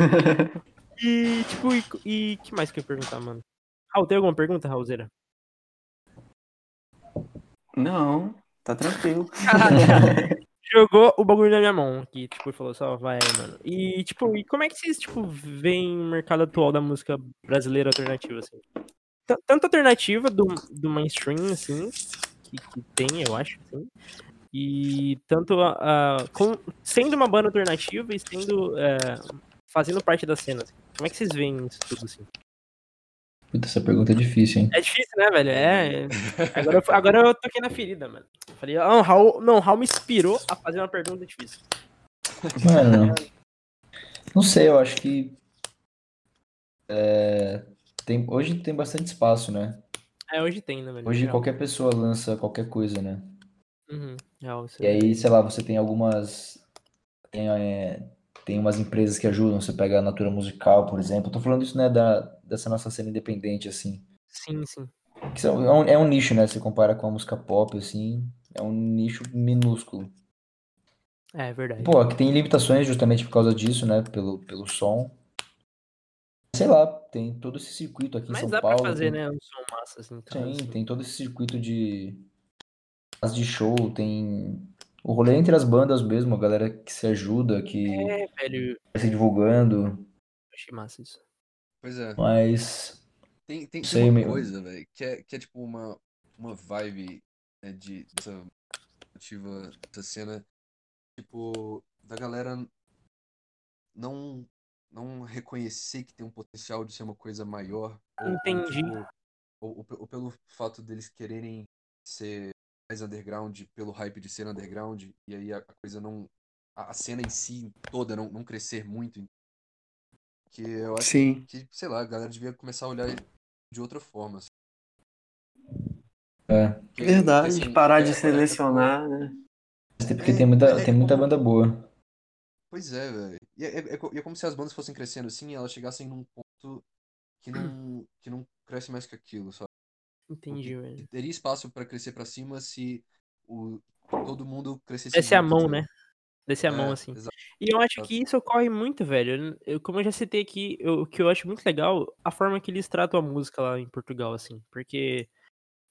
E, tipo, e co- e, que mais que eu ia perguntar, mano? Raul, tem alguma pergunta, Raulzeira? Não, tá tranquilo. Jogou o bagulho na minha mão aqui, tipo, e falou só, vai aí, mano. E, tipo, e como é que vocês, tipo, veem o mercado atual da música brasileira alternativa, assim? Tan- Tanto alternativa do, do mainstream, assim, que, que tem, eu acho, assim, e tanto a, a- com- sendo uma banda alternativa e sendo, é, fazendo parte da cena, assim. Como é que vocês veem isso tudo, assim? Puta, essa pergunta é difícil, hein? É difícil, né, velho? É. Agora eu, agora eu toquei na ferida, mano. Falei, ah, o Raul, não, o Raul me inspirou a fazer uma pergunta difícil. Mano, não sei, eu acho que é, tem, hoje tem bastante espaço, né? É, hoje tem, né, velho? Hoje Real. qualquer pessoa lança qualquer coisa, né? Uhum, real, isso E é- aí, sei lá, você tem algumas. Tem, é, tem umas empresas que ajudam, você pega a Natura Musical, por exemplo. Eu tô falando isso, né, da, dessa nossa cena independente, assim. Sim, sim. Que são- é um, é um nicho, né? Se compara com a música pop, assim, é um nicho minúsculo. É, é verdade. Pô, que tem limitações justamente por causa disso, né? Pelo, pelo som. Sei lá, tem todo esse circuito aqui em Mas São dá Paulo, pra fazer, tem- né? Um som massa, assim. tá? Tem, Assim. tem todo esse circuito de as de show, tem o rolê entre as bandas mesmo, a galera que se ajuda, que É, velho. eu vai se divulgando, Achei massa isso. Pois é. mas Tem, tem, tem Sei, uma meu. coisa, velho, que é, que é tipo uma, uma vibe né, de, dessa, ativa, dessa cena, tipo, da galera não, não reconhecer que tem um potencial de ser uma coisa maior. ou- ou, Entendi. tipo, ou, ou pe- ou pelo fato deles quererem ser mais underground, pelo hype de ser underground, e aí a, a coisa não. A, a cena em si toda não, não crescer muito. Que eu acho Sim. que, sei lá, a galera devia começar a olhar de outra forma. assim. é, Porque, Verdade, assim, parar de é, é, selecionar, né? Mas é porque É, tem muita, é tem muita como- banda boa. Pois é, velho. E é, é- é co- e é como se as bandas fossem crescendo assim e elas chegassem num ponto que não, que não cresce mais que aquilo, sabe? Entendi, velho. Teria espaço pra crescer pra cima se o, todo mundo crescesse Desce a junto, mão, entendeu? né? Desce a mão, É, assim. exato. E eu tá. acho Exato. que isso ocorre muito, velho. Eu, como eu já citei aqui, eu- o que eu acho muito legal, a forma que eles tratam a música lá em Portugal, assim. Porque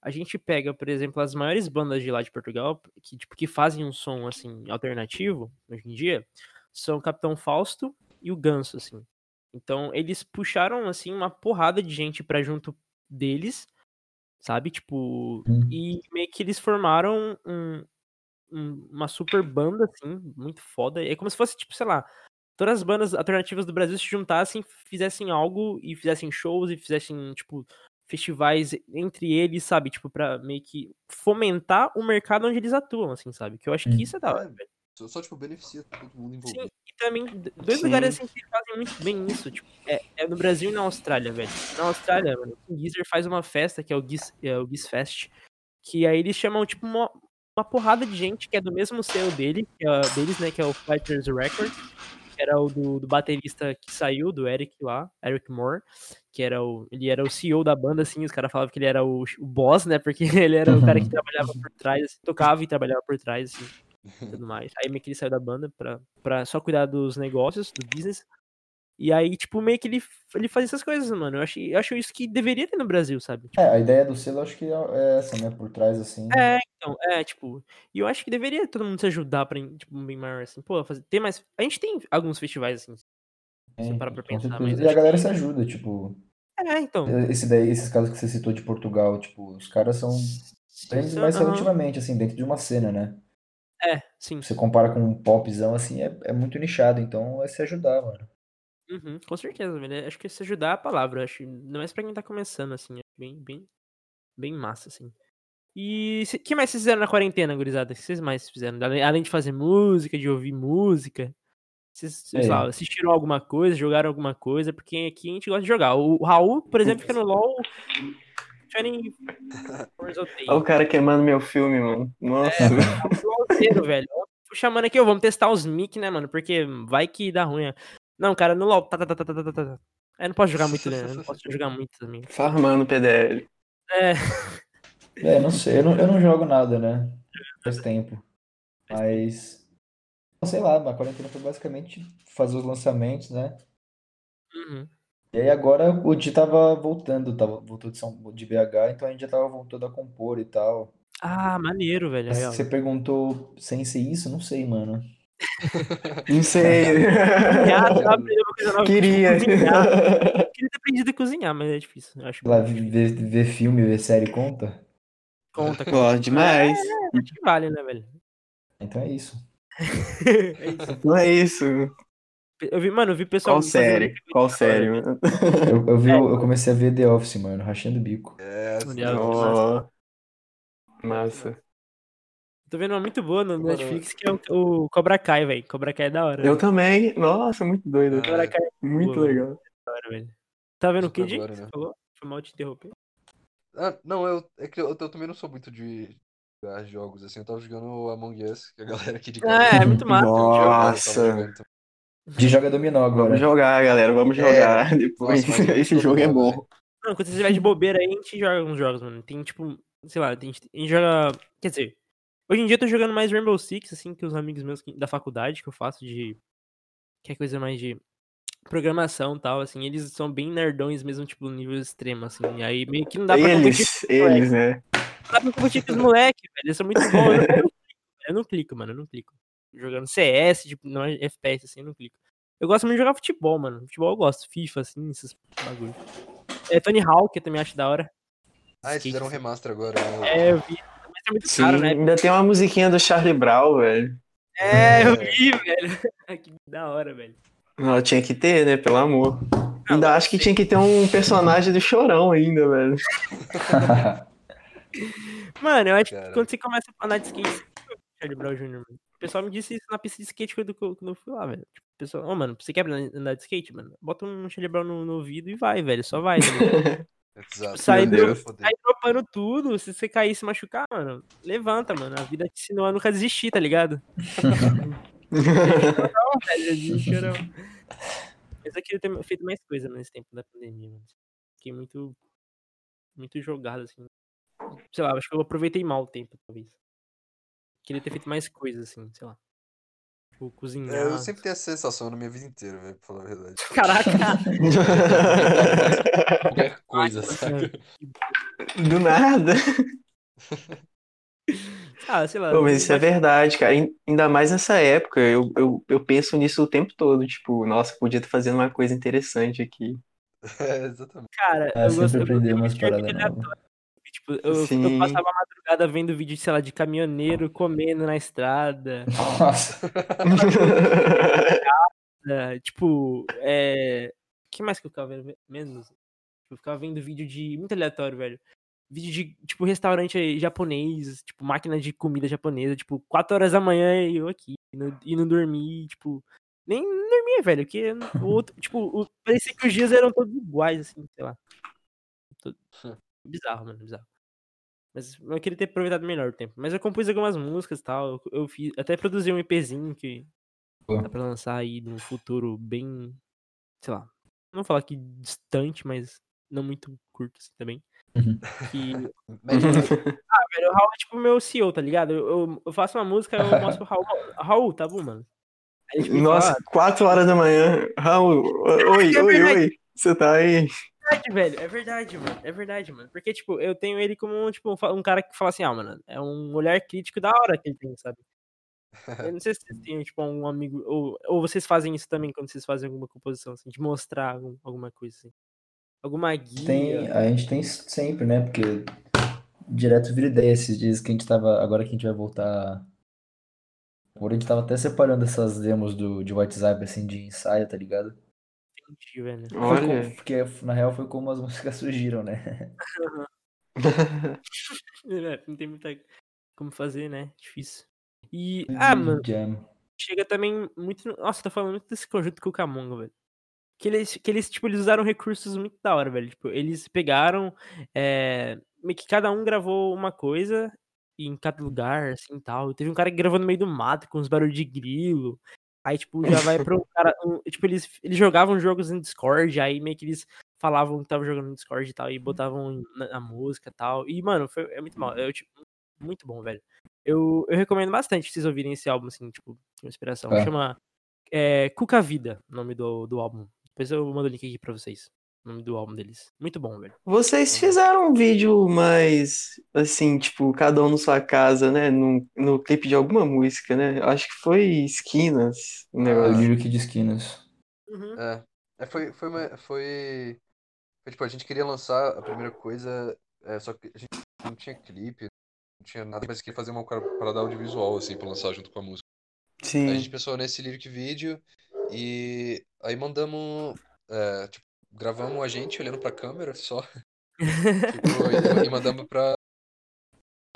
a gente pega, por exemplo, as maiores bandas de lá de Portugal, que, tipo, que fazem um som, assim, alternativo, hoje em dia, são o Capitão Fausto e o Ganso, assim. Então, eles puxaram, assim, uma porrada de gente pra junto deles, sabe? Tipo, Hum. e meio que eles formaram um- um- uma super banda, assim, muito foda. É como se fosse, tipo, sei lá, todas as bandas alternativas do Brasil se juntassem, fizessem algo e fizessem shows e fizessem, tipo, festivais entre eles, sabe? Tipo, pra meio que fomentar o mercado onde eles atuam, assim, sabe? Que eu acho Hum. que isso é da hora, É, velho. Só, só, tipo, beneficia todo mundo Sim, envolvido. e também d- dois Sim. lugares assim que fazem muito bem isso, tipo, é, é no Brasil e na Austrália, velho. Na Austrália, mano, o Geezer faz uma festa, que é o Geese, é o Geese Fest, que aí eles chamam, tipo, uma, uma porrada de gente que é do mesmo selo dele, que é, deles, né, que é o Fighters Records, que era o do, do baterista que saiu, do Eric lá, Eric Moore, que era o, ele era o CEO da banda, assim, os caras falavam que ele era o, o boss, né, porque ele era o cara que trabalhava por trás, assim, tocava e trabalhava por trás, assim tudo mais. Aí meio que ele saiu da banda pra, pra só cuidar dos negócios, do business. E aí, tipo, meio que ele, ele faz essas coisas, mano. Eu acho, eu acho isso que deveria ter no Brasil, sabe? Tipo, É, a ideia do selo acho que é essa, né? Por trás, assim. É, então, é, tipo, e eu acho que deveria todo mundo se ajudar pra, tipo, bem maior, assim, pô, fazer, tem mais, a gente tem alguns festivais, assim, tem, você parar pra né, com pensar, certeza. mas E a acho galera que- se ajuda, tipo. é, então, Esse daí, esses casos que você citou de Portugal, tipo, os caras Então, são grandes, Sim, mas aham. relativamente, assim, dentro de uma cena, né? é, sim, Você compara com um popzão, assim, é, é muito nichado, então é se ajudar, mano. uhum, com certeza, velho, acho que se ajudar é a palavra, acho, não é pra quem tá começando, assim, é bem, bem, bem massa, assim. E o que mais vocês fizeram na quarentena, gurizada? O que vocês mais fizeram? Além, além de fazer música, de ouvir música, vocês, sei É. lá, assistiram alguma coisa, jogaram alguma coisa, porque aqui a gente gosta de jogar. O Raul, por exemplo, fica no LoL... 20 Hours a Day. Olha o cara queimando meu filme, mano. Nossa. É. Lolzeiro, velho. Eu Tô chamando aqui, ó, vamos testar os mic, né, mano? Porque vai que dá ruim. ó. Não, cara, no LOL. Tá, tá, tá, tá, tá, tá, tá, tá. Aí não posso jogar muito, né? Eu não posso jogar muito também. Farmando PDL. É, É, não sei, eu não, eu não jogo nada, né? Faz tempo. Mas. não Sei lá, a quarentena foi basicamente fazer os lançamentos, né? uhum, E aí agora o Di tava voltando, tava, voltou de, São, de BH, então a gente já tava voltando a compor e tal. Ah, maneiro, velho. Mas aí, ó. você perguntou sem ser isso? Não sei, mano. Não sei. Cozinhar, tá? Aprender uma coisa nova. Queria. Cozinhar. Eu queria ter aprendido a cozinhar, mas é difícil. Eu acho Sei lá, que ver, ver filme, ver série conta? conta. cara. Pô, demais. Acho que vale, né, velho? Então é isso. É isso. Não é isso. Eu vi, mano, eu vi pessoal. Qual fazendo- série? Qual série, mano? Eu, eu vi, eu comecei a ver The Office, mano, rachando o bico. É, Olha, Ó. Massa. Tô vendo uma muito boa no Netflix que é o, o Cobra Kai, velho. Cobra Kai é da hora. Eu velho. também. Nossa, muito doido. Ah. Cobra Kai Muito Boa. legal. da hora, velho. Tá vendo o que, Agora, Dick? né? Você falou? Foi mal te interromper. Ah, não, eu, é que eu, eu também não sou muito de jogar jogos, assim. Eu tava jogando o Among Us, que a galera aqui de casa É, é muito massa. jogava, eu tava Nossa. jogando também. De joga dominó agora. Vamos jogar, galera. Vamos É. jogar depois. Nossa, mas Esse todo jogo é mundo, bom. velho. Não, quando você estiver de bobeira aí, a gente joga alguns jogos, mano. Tem tipo, sei lá, tem- a gente joga. Quer dizer, hoje em dia eu tô jogando mais Rainbow Six, assim, que os amigos meus que- da faculdade que eu faço de. Que é coisa mais de programação e tal, assim. Eles são bem nerdões mesmo, tipo, nível extremo, assim. E aí meio que não dá pra competir, Eles, eles, né? não dá pra competir com os moleques, velho. Eles são muito bons. Eu não, eu não clico, eu não clico, mano, eu não clico. Jogando CS, tipo, não é FPS, assim, eu não clico. Eu gosto muito de jogar futebol, mano. Futebol eu gosto. FIFA, assim, esses bagulho. É, Tony Hawk, eu também acho da hora. Ah, eles Skate, fizeram um remaster agora, né? é, eu vi. Mas é muito Sim, caro, né? ainda tem uma musiquinha do Charlie Brown, velho. É, eu vi, velho. que da hora, velho. Não, tinha que ter, né? Pelo amor. Não, Ainda acho que tinha que ter um personagem do Chorão ainda, velho. Mano, eu acho Cara. que quando você começa a andar de skate, você fica com o Charlie Brown Jr., mano. O pessoal me disse isso na pista de skate quando, eu- quando eu fui lá, velho. Tipo, o pessoal, ô, mano, você quer andar de skate, mano? Bota um Charlie Brown no, no ouvido e vai, velho. Só vai, tá ligado? Exato. Sai Meu É, do- Deus, fodeu. Sai dropando tudo. Se você cair e se machucar, mano, levanta, mano. A vida te ensinou a nunca desistir, tá ligado? Não, velho, eu desisti, eu não. Mas eu queria ter feito mais coisa nesse tempo da pandemia, mano. Fiquei muito. Muito jogado, assim. Sei lá, acho que eu aproveitei mal o tempo, talvez. Queria ter feito mais coisa, assim, sei lá. Tipo, cozinhar. É, eu sempre tenho essa sensação na minha vida inteira, velho, pra falar a verdade. Caraca! Qualquer coisa, sabe? do nada. ah, sei lá. Pô, mas isso é eu acho- verdade, cara. Ain- Ainda mais nessa época, eu, eu, eu penso nisso o tempo todo. Tipo, nossa, podia estar fazendo uma coisa interessante aqui. É, exatamente. Cara, Ah, eu sempre gosto eu aprender gosto umas de arte paradas né? aleatória. novas. Tipo, eu, eu Sim. passava a madrugada vendo vídeo, sei lá, de caminhoneiro comendo na estrada. Nossa. né? tipo, é... O que mais que eu ficava vendo? Menos. Eu ficava vendo vídeo de... Muito aleatório, velho. Vídeo de, tipo, restaurante japonês, tipo, máquina de comida japonesa, tipo, 4 horas da manhã e eu aqui, e não, e não dormi, tipo... Nem não dormia, velho, porque o outro, tipo, o- parecia que os dias eram todos iguais, assim, sei lá. Todo- Bizarro, mano, bizarro. Mas eu queria ter aproveitado melhor o tempo. Mas eu compus algumas músicas e tal. Eu, eu fiz, até produzi um EPzinho que Boa. dá pra lançar aí num futuro bem. Sei lá. Não vou falar que distante, mas não muito curto assim também. Uhum. Que, Mas, velho, o tipo Raul é tipo meu CEO, tá ligado? Eu, eu- eu faço uma música, eu mostro pro Raul. Raul, tá bom, mano. Aí ele Nossa, fala, quatro horas da manhã. Raul, o- oi, é oi, verdade. oi. Você tá aí? "Ah, é verdade, velho. É verdade, mano. É verdade, mano. Porque, tipo, eu tenho ele como tipo, um, fa- um cara que fala assim, ah, mano, é um olhar crítico da hora que ele tem, sabe? Eu não sei se vocês têm, tipo, um amigo. Ou, ou vocês fazem isso também quando vocês fazem alguma composição, assim, de mostrar algum- alguma coisa, assim. Alguma guia. Tem, a gente tem sempre, né? Porque direto vira ideia esses dias que a gente tava. Agora que a gente vai voltar. Agora a gente tava até separando essas demos do, de WhatsApp, assim, de ensaio, tá ligado? gente, velho. Foi como- Olha. porque na real foi como as músicas surgiram, né? É, Não tem muita como fazer, né? Difícil. E, ah, Uhum. mano, Jam. chega também muito. no- Nossa, tá falando muito desse conjunto com o Camonga, velho. Que eles, que eles, tipo, eles usaram recursos muito da hora, velho. Tipo, eles pegaram. É, meio que cada um gravou uma coisa em cada lugar, assim e tal. Teve um cara que gravou no meio do mato com uns barulhos de grilo. Aí, tipo, já vai pro cara. um- tipo, eles, eles jogavam jogos no Discord, aí meio que eles falavam que estavam jogando no Discord e tal, e botavam em- na, na música e tal. E, mano, foi, é muito mal. Eu, tipo, muito bom, velho. Eu, eu recomendo bastante vocês ouvirem esse álbum, assim, tipo, de uma inspiração. Tá. Chama é, Cuca Vida, o nome do, do álbum. Depois eu mando o link aqui pra vocês. O nome do álbum deles. Muito bom, velho. Vocês fizeram um vídeo mais, assim, tipo, cada um na sua casa, né? No, no clipe de alguma música, né? Acho que foi Esquinas, Ah, o O negócio. Lyric de Esquinas. Uhum. É. É, foi, foi, uma- foi, foi, tipo, a gente queria lançar a primeira coisa, é, só que a gente não tinha clipe, não tinha nada, mas queria fazer uma cara- parada audiovisual, assim, pra lançar junto com a música. Aí a gente Sim. pensou nesse lyric vídeo e aí mandamos, é, tipo, gravamos a gente olhando pra câmera só, tipo, e, e mandamos pra,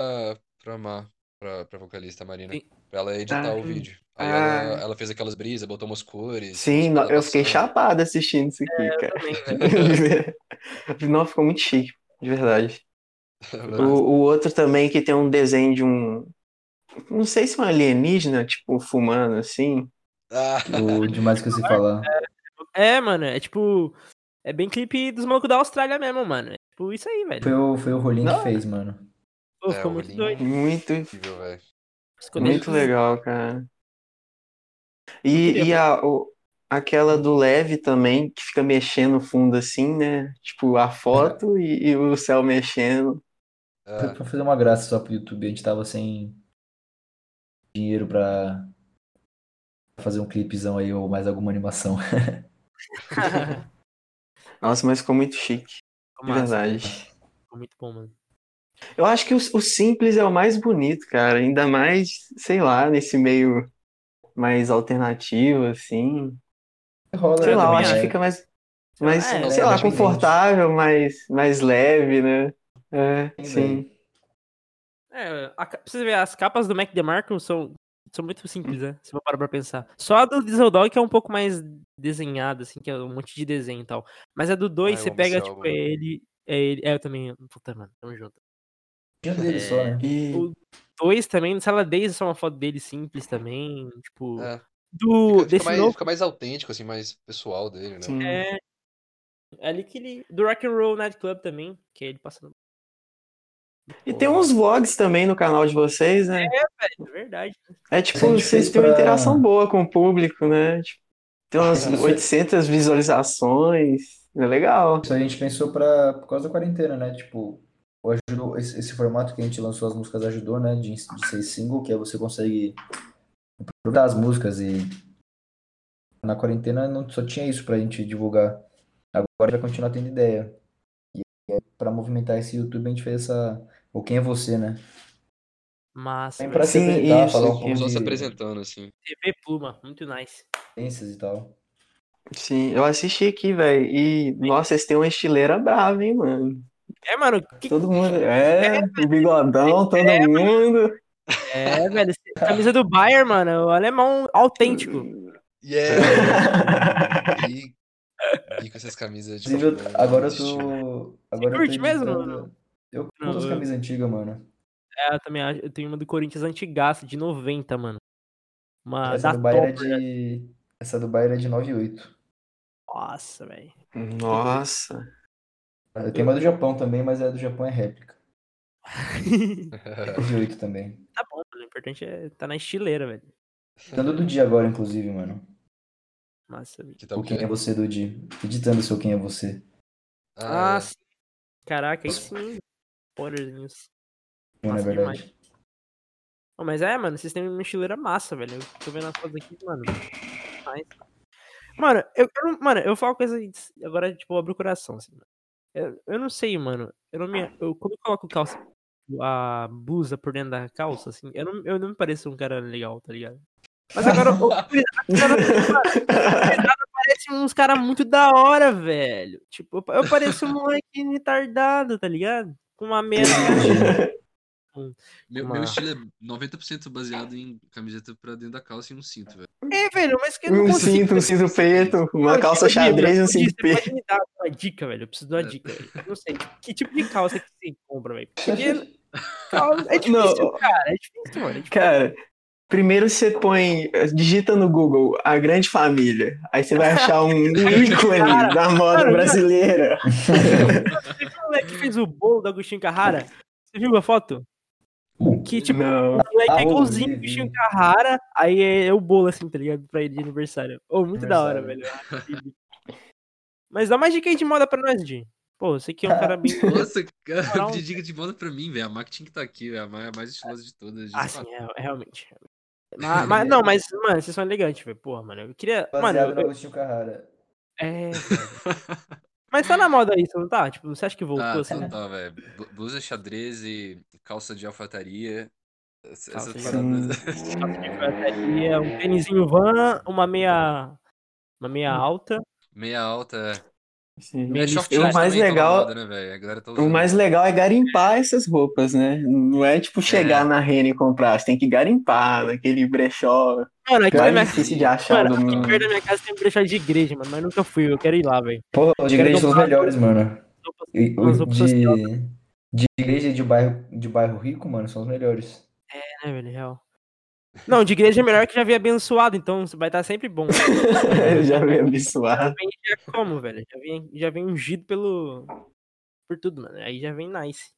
pra, pra Mar, pra, pra vocalista Marina, Sim. pra ela editar Ah, o hum. vídeo. Aí Ah. ela, ela fez aquelas brisas, botou umas cores. umas assim. Sim, É, no- eu fiquei colorações. chapado assistindo isso aqui, cara. Também, velho. Não, ficou muito chique, de verdade. O, o outro também que tem um desenho de um. Não sei se é um alienígena, tipo, fumando assim. Ah, O Demais Que Eu Sei Falar. É, mano, é tipo. É bem clipe dos malucos da Austrália mesmo, mano. É tipo isso aí, velho. Foi o, foi o Rolim Não. que fez, mano. Pô, É, ficou o muito link. doido. Muito, incrível, velho. Escondendo muito esses- legal, cara. E, queria- e a, o- aquela do leve também, que fica mexendo no fundo assim, né? Tipo, a foto e, e o céu mexendo. Foi É, pra fazer uma graça só pro YouTube. A gente tava sem dinheiro pra fazer um clipezão aí ou mais alguma animação. Nossa, mas ficou muito chique, Ficou de massa, verdade. Ficou muito bom, mano. Eu acho que o, o simples é o mais bonito, cara. Ainda mais, sei lá, nesse meio mais alternativo, assim. Rola, Sei Eu lá, eu também acho que acho. fica mais, Sei lá, mais é, sei lá, é, confortável, mais, mais leve, né? É, sim. É, a, ca- pra você ver, as capas do Mac DeMarco são, são muito simples, Hum. né? Se eu parar pra pensar. Só a do Diesel Dog que é um pouco mais desenhada, assim, que é um monte de desenho e tal. Mas a do 2, Ah, eu você amo pega, esse tipo, álbum. é ele, é ele. É, eu também. Puta, mano, tamo junto. Tinha dele só, né? E O- Dois também, no Sala Days é só uma foto dele simples também. Tipo. é. Do. Fica, fica desse mais, novo. fica mais autêntico, assim, mais pessoal dele, né? sim. É. é ali que ele. Do Rock and Roll Night Club também, que é ele passando. E tem uns vlogs também no canal de vocês, né? É verdade. É tipo, Sim, a gente vocês fez têm uma pra- interação boa com o público, né? Tipo, tem umas Isso. 800 visualizações. É legal. Isso aí a gente pensou pra, por causa da quarentena, né? Tipo, ajudou, esse, esse formato que a gente lançou as músicas ajudou, né? De, de ser single, que aí você consegue aproveitar as músicas e na quarentena não só tinha isso pra gente divulgar. Agora a gente vai continuar tendo ideia. E aí, pra movimentar esse YouTube a gente fez essa. O Quem é Você, né? Massa. Vem velho. pra se Sim, apresentar, isso, falar um que- pouco Só se de apresentando, assim. TV Pluma, muito nice. experiências e tal. Sim, eu assisti aqui, velho. E, nossa, vocês têm uma estileira brava, hein, mano? É, mano, que Todo mundo. É, o bigodão, todo mundo. É, velho. esse- Camisa do Bayern, mano. O alemão autêntico. Yeah! e, e com essas camisas de Inclusive, eu- futebol, agora eu esse estilo. tô. Agora eu tô curte mesmo, editando- Eu Não, curto as eu- camisas antigas, mano. É, eu também acho. Eu tenho uma do Corinthians antigaça, de 90, mano. Uma Essa Ah, da né? do Bayern é Topper. de. Essa do Bayern é de 98. Nossa, velho. Nossa. Eu tenho uma do Japão também, mas a do Japão é réplica. tá 98 também. bom, mano. O importante é tá na tá estileira, velho. Editando Então, do dia agora, inclusive, mano. Massa, velho. Que tá o o Quem quê? é Você do Di. Editando o seu Quem é Você. Ah, é. sim. Caraca, aí sim. Spoilerzinhos. Mano, é Massa verdade. demais. Ô, mas é, mano, vocês têm uma mochileira massa, velho. Eu tô vendo as fotos aqui, mano. Mas- Mano, eu, eu não- mano, eu falo coisa agora, tipo, abre o coração, assim, mano. Eu, eu não sei, mano. Eu não me. Eu, quando eu coloco calça, a blusa por dentro da calça, assim, eu não, eu não me pareço um cara legal, tá ligado? Mas agora, o- parece uns caras muito da hora, velho. Tipo, eu, eu pareço um moleque retardado, tá ligado? Com uma assim, merda. Meu, Uma- meu estilo é 90% baseado em camiseta pra dentro da calça e um cinto, velho. É, velho, mas que eu não Um consigo. cinto, um cinto preto, uma calça xadrez e um cinto Você preto. pode me dar uma dica, velho? Eu preciso de uma dica. velho. Eu não sei. tipo, Que tipo de calça que você compra, velho? Porque calça- é difícil, Não. cara. É difícil, mano. É difícil. Cara, primeiro você põe, digita no Google a grande família, aí você vai achar um ícone Cara, da moda cara, brasileira. Você viu Tipo, o moleque que fez o bolo do Agostinho Carrara? Você viu a foto? Que tipo, Não, o moleque Ah, é igualzinho vi, o Agostinho vi. Carrara, aí é, é o bolo, assim, tá ligado? Pra ele de aniversário. Ô, muito da hora, velho. Aniversário. Mas dá mais dica aí de moda pra nós, Jim. Pô, você que é um cara bem. Nossa, cara, Moral. de dica de moda pra mim, velho. A Mac tinha que tá aqui, velho. A Mac é a mais estilosa de todas. Ah, sim, disparado. é, é realmente. Mas, mas- não, mas, mano, vocês são elegantes, velho. Porra, mano, eu queria. Mano, Baseado eu, no Agostinho Carrara. É. Mas tá na moda isso, não tá? Tipo, você acha que voltou Ah, assim? total, velho. Blu- Blusa xadrez e calça de alfataria. Essa, Calça essas de paradas. E é um tênisinho van, uma meia. Uma meia alta. Meia alta. é. sim. Meio É short E o trash mais também tá na legal- moda, né, velho? A galera tá O usando. mais legal é garimpar essas roupas, né? Não é tipo chegar na Renner e comprar, você tem que garimpar naquele brechó Mano, aqui na mais minha é difícil de achar É né, Mano, do aqui mundo. perto da minha casa tem um brechó de igreja, mano, mas nunca fui, eu quero ir lá, velho. Porra, os de Quero igreja são os comprar- melhores, mano. E- Umas os roupas de, de igreja de bairro, de bairro rico, mano, são os melhores. É, velho, real. Não, de igreja é melhor que já vim abençoado, então você vai estar sempre bom. Já me Já abençoado. vem já como, velho? Já vem, já vem ungido pelo. Por tudo, mano. Aí já vem nice.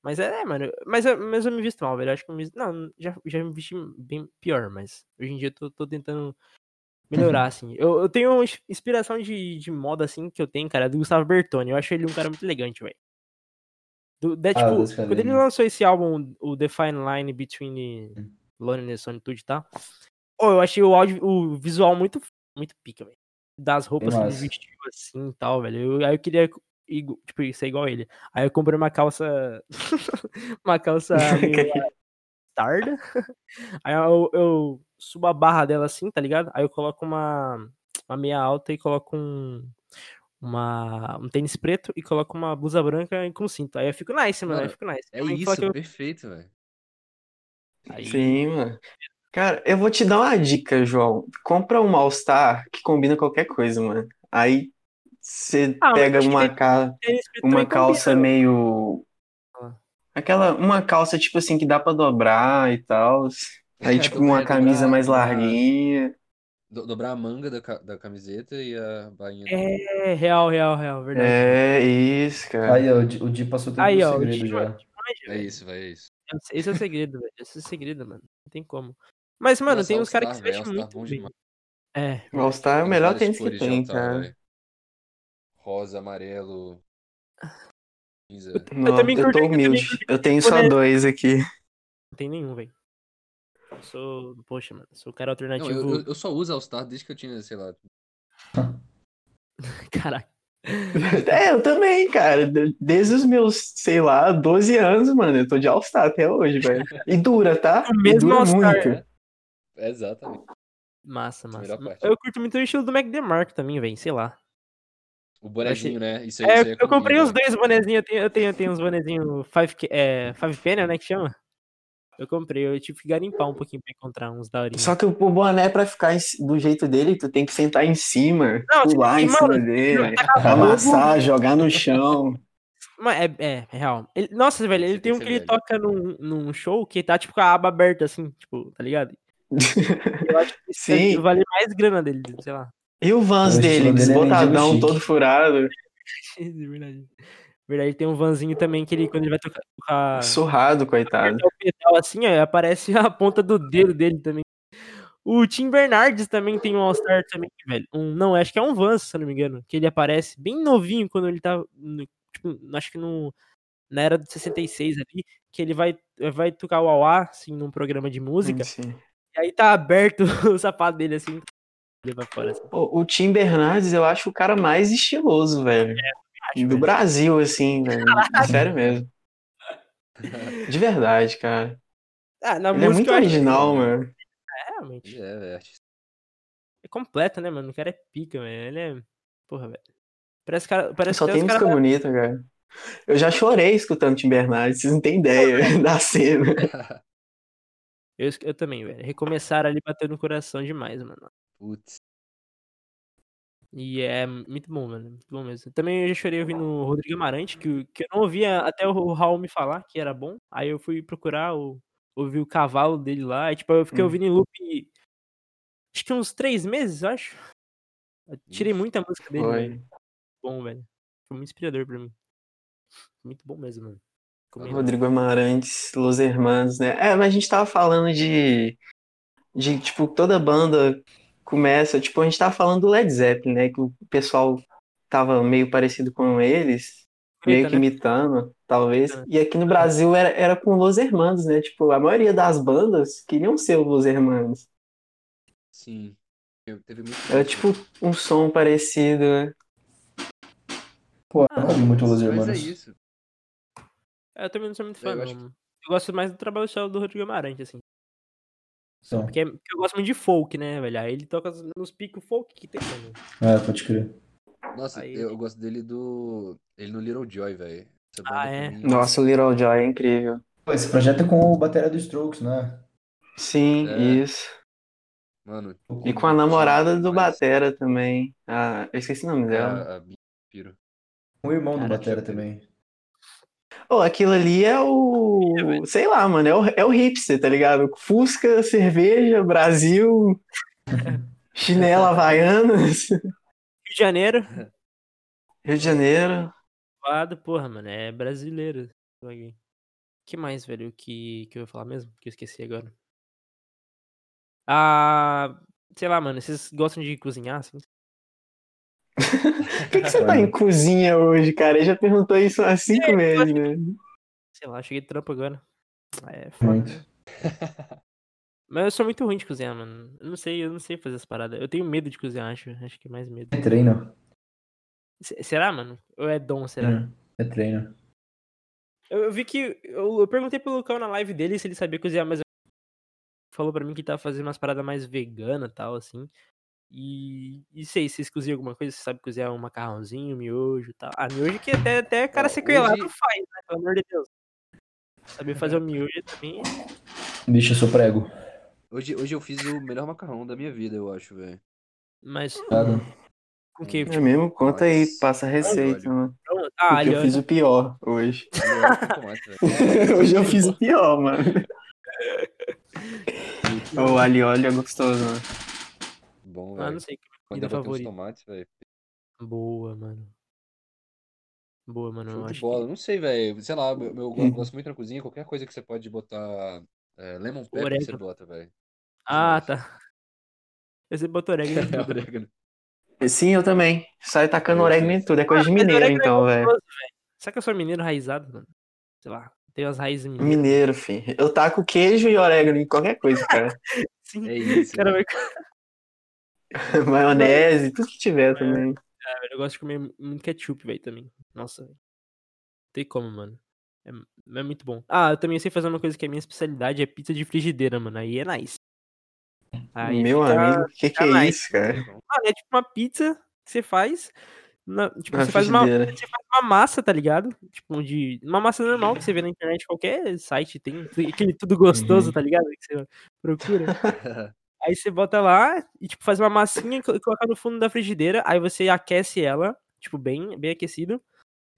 Mas é, mano. Mas eu, mas eu me visto mal, velho. Acho que eu me visto. Não, já, já me vesti bem pior, mas hoje em dia eu tô, tô tentando melhorar, assim. Eu, eu tenho uma ins- inspiração de, de moda, assim, que eu tenho, cara, do Gustavo Bertoni. Eu acho ele um cara muito elegante, velho. Do, da, Ah, tipo, Deus quando ele Cadeira. lançou esse álbum, o The Fine Line Between the Loneliness and Solitude e tal, oh, eu achei o áudio, o visual muito, muito pica, velho. Das roupas que ele massa. vestiu assim e tal, velho. Eu, aí eu queria igu- tipo, ser igual a ele. Aí eu comprei uma calça. uma calça meio tarda. Aí eu, eu subo a barra dela assim, tá ligado? Aí eu coloco uma, uma meia alta e coloco um. Uma, um tênis preto e coloco uma blusa branca e com cinto. Aí eu fico nice, mano. Aí eu Mano, fico nice. É Eu nem isso, falo que eu- perfeito, velho. Aí, Sim, mano. Cara, eu vou te dar uma dica, João. Compra um All-Star que combina qualquer coisa, mano. Aí você Ah, mas pega acho uma, que- ca... tênis preto uma também calça combina, meio. Ah. Aquela. Uma calça, tipo assim, que dá pra dobrar e tal. Aí, É, tipo, dobrar- uma camisa dobrar- mais dobrar- larguinha. Do- dobrar a manga da, ca- da camiseta e a bainha. do- É, real, real, real, verdade. É isso, cara. Aí, ó, o Di o Di passou tudo Aí, o ó, o segredo Di- já. É isso, velho, é isso. Esse é o segredo, velho. Esse é o segredo, mano. Não tem como. Mas, mano, Nossa, tem uns caras que se All-Star, vestem velho, é muito All-Star bom bem. demais. É, O All-Star é o Tem melhor várias tênis que cores tá, né? de tem, All-Star, cara. velho. Rosa, amarelo. Cinza. Não, Eu também eu curti, tô eu também humilde. curti. Eu tenho só Boné. dois aqui. não tem nenhum, velho. Eu sou. Poxa, mano, sou o cara Não, alternativo. eu, eu- eu só uso All-Star desde que eu tinha, sei lá. Caraca. É, eu também, cara. De- Desde os meus, sei lá, 12 anos, mano, eu tô de All-Star até hoje, velho. E dura, tá? É O E mesmo dura All-Star. muito. É, Exatamente. Massa, massa. Melhor parte. Eu curto muito o estilo do Mac DeMarco também, velho. Sei lá. O bonezinho, né? Isso aí, É, isso aí eu, comprei comigo, os velho. dois bonezinhos. Eu tenho, eu tenho, eu tenho uns bonezinhos 5 é, five Panel, né? Que chama? Eu comprei. Eu tive que garimpar um pouquinho pra encontrar uns daorinhos. Só que o o boné, pra ficar em ci- do jeito dele, tu tem que sentar em cima, Não, você pular tem em que- cima mano, dele, Tá acabou. amassar, jogar no chão. tá Mas é, é, é real. Ele- nossa, velho, Você ele tem tem um que que ser ele velho. toca num, num show que tá tipo com a aba aberta, assim, tipo, tá ligado? Eu acho que isso Sim. deve valer mais grana dele, sei lá. E o Vans O estilo dele, dele é desbotadão, mendigo chique. todo De furado, É verdade. Verdade, tem um vanzinho também que ele, quando ele vai tocar, tocar surrado, coitado. apertar o pedal assim, ó, aparece a ponta do dedo dele também. O Tim Bernardes também tem um All-Star também, velho. Um, não, acho que é um Vance, se eu não me engano. Que ele aparece bem novinho quando ele tá. No, tipo, acho que no, na era de 66 ali. Que ele vai, vai tocar o Auá, assim, num programa de música. Sim. E aí tá aberto o sapato dele, assim. Ele vai fora, assim. O, o Tim Bernardes, eu acho o cara mais estiloso, velho. Acho, Do velho. Brasil, assim, velho. Sério mesmo. De verdade, cara. Ah, na Ele é muito eu acho- original, mano. É, realmente. Ele é, é artista. É completo, né, mano? O cara é pica, velho. Ele é. Porra, velho. Parece, cara, parece É, Só até tem assim, os música cara- bonita, cara. Eu já chorei escutando Tim Bernardes, vocês não têm ideia da cena. Eu, eu também, velho. Recomeçaram ali bateu no coração demais, mano. Putz. E é muito bom, mano. Muito bom mesmo. Também eu já chorei ouvindo o Rodrigo Amarante, que, que eu não ouvia até o Raul me falar que era bom. Aí eu fui procurar, o, ouvi o cavalo dele lá. E, tipo, eu fiquei Hum. ouvindo em loop. Acho que uns três meses, eu acho. Eu tirei Ixi. muita música dele. velho. Foi. bom, velho. Foi muito inspirador pra mim. Muito bom mesmo, mano. Recomendo. Rodrigo Amarantes, Los Hermanos, né? É, mas a gente tava falando de. De, tipo, toda banda começa. Tipo, a gente tava falando do Led Zeppelin, né? Que o pessoal tava meio parecido com eles, meio Treta, que né? imitando, talvez. É. E aqui no Brasil era, era com Los Hermanos, né? Tipo, a maioria das bandas queriam ser o Los Hermanos. Sim. Eu- Teve muito. Era, disso. tipo, um som parecido, né? Pô, eu não um ouvi muito Mas Los é Hermanos. isso. Eu também não sou muito É, fã, eu não. acho Eu gosto mais do trabalho solo do Rodrigo Amarante, assim. Então, Porque, é, porque eu gosto muito de folk, né, velho? Aí ele toca nos picos folk que tem, né? mano. ah, pode crer. Nossa, Aí- eu gosto dele do. Ele no Little Joy, velho. Essa banda Ah, pra é? mim- Nossa, o Little Joy é incrível. Pô, esse projeto é com o batera do Strokes, né? Sim, É. isso. Mano, E com a namorada do Mas- Batera também. Ah, eu esqueci o nome dela. É a, a Bia Piro. Com o Um irmão do Cara, batera deixa eu ver. também. Pô, aquilo ali é o. É, velho. sei lá, mano. É o, é o hipster, tá ligado? Fusca, cerveja, Brasil, chinela Havaianas, Rio de Janeiro, Rio de Janeiro. lado, porra, mano. É brasileiro. esse bagulho. que mais, velho? Que, que eu ia falar mesmo? Que eu esqueci agora. Ah. Sei lá, mano. Vocês gostam de cozinhar, assim? Por que, que você tá em cozinha hoje, cara? Eu já perguntou isso há cinco É, meses, né? Sei lá, cheguei de trampo agora. É foda. né? Muito. Mas eu sou muito ruim de cozinhar, mano. Eu não sei, eu não sei fazer as paradas. Eu tenho medo de cozinhar, acho. Acho que é mais medo. É treino. Se- será, mano? Ou é dom, será? Hum. É treino. Eu, eu vi que. Eu, eu perguntei pro Lucão na live dele se ele sabia cozinhar, mas. Falou pra mim que tava fazendo umas paradas mais vegana e tal, assim. E. E sei, vocês cozinham alguma coisa? Você sabe cozinhar um macarrãozinho, miojo e tal? Ah, miojo que até, até cara Ó, sequelado hoje- faz, né? Pelo amor de Deus. Saber fazer o miojo também. Bicho, eu sou prego. Hoje, hoje eu fiz o melhor macarrão da minha vida, eu acho, velho. Mas. É Cara, Com o quê? É mesmo? Conta aí, Nossa. passa é a receita, mano. Tipo, Porque ah, eu alho. fiz o pior hoje. Melhor com tomate, velho. hoje eu fiz o pior, mano. O alho e óleo é gostoso, mano. Bom, Ah, velho. não sei. Quando comida eu botei os favorita. tomates, velho. Boa, mano. Boa, mano. eu Show de acho bola. que... Não sei, velho. Sei lá, eu, eu Uhum. gosto muito na cozinha. Qualquer coisa que você pode botar. é, lemon pepper Orégano. você bota, velho. Ah, tá. é Eu sempre boto orégano em tudo. Orégano. Sim, eu também. Sai tacando Eu orégano sei. em tudo. É coisa de mas mineiro, orégano é então, velho. gostoso, velho. Será que eu sou mineiro raizado, mano? Sei lá, tenho as raízes mineiras. Mineiro, fi. Eu taco queijo e orégano em qualquer coisa, cara. Sim. É isso. Cara, né? velho. mas- Maionese, tudo que tiver também. Ah, velho, eu gosto de comer muito ketchup, velho, também. Nossa, velho. Não tem como, mano. É, é muito bom. Ah, eu também sei fazer uma coisa que é minha especialidade, é pizza de frigideira, mano. Aí é nice. Aí Meu fica- amigo, o que, que fica é mais. isso, cara? Mano, é tipo uma pizza que você faz. na- tipo, Na você faz uma, frigideira. você faz uma massa, tá ligado? Tipo, de. Uma massa normal que você vê na internet, qualquer site tem. tu- Aquele tudo gostoso, Uhum. tá ligado? Que você procura. Aí você bota lá e, tipo, faz uma massinha e co- coloca no fundo da frigideira. Aí você aquece ela, tipo, bem, bem aquecido.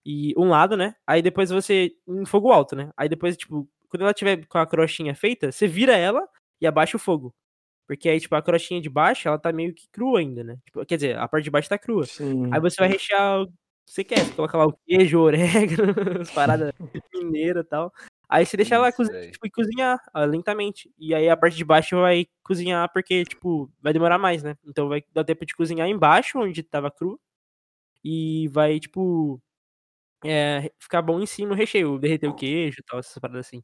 E um lado, né? Aí depois você. Em fogo alto, né? Aí depois, tipo, quando ela tiver com a crostinha feita, você vira ela e abaixa o fogo. Porque aí, tipo, a crostinha de baixo, ela tá meio que crua ainda, né? Tipo, quer dizer, a parte de baixo tá crua. Sim. Aí você vai rechear o que você quer. Você coloca lá o queijo, o orégano, as paradas mineiras e tal. Aí você deixa ela Isso, cozinhar, véi. tipo, e cozinhar ah, lentamente. E aí a parte de baixo vai cozinhar porque, tipo, vai demorar mais, né? Então vai dar tempo de cozinhar embaixo, onde tava cru. E vai, tipo, é, ficar bom em cima o recheio, derreter o queijo e tal, essas paradas assim.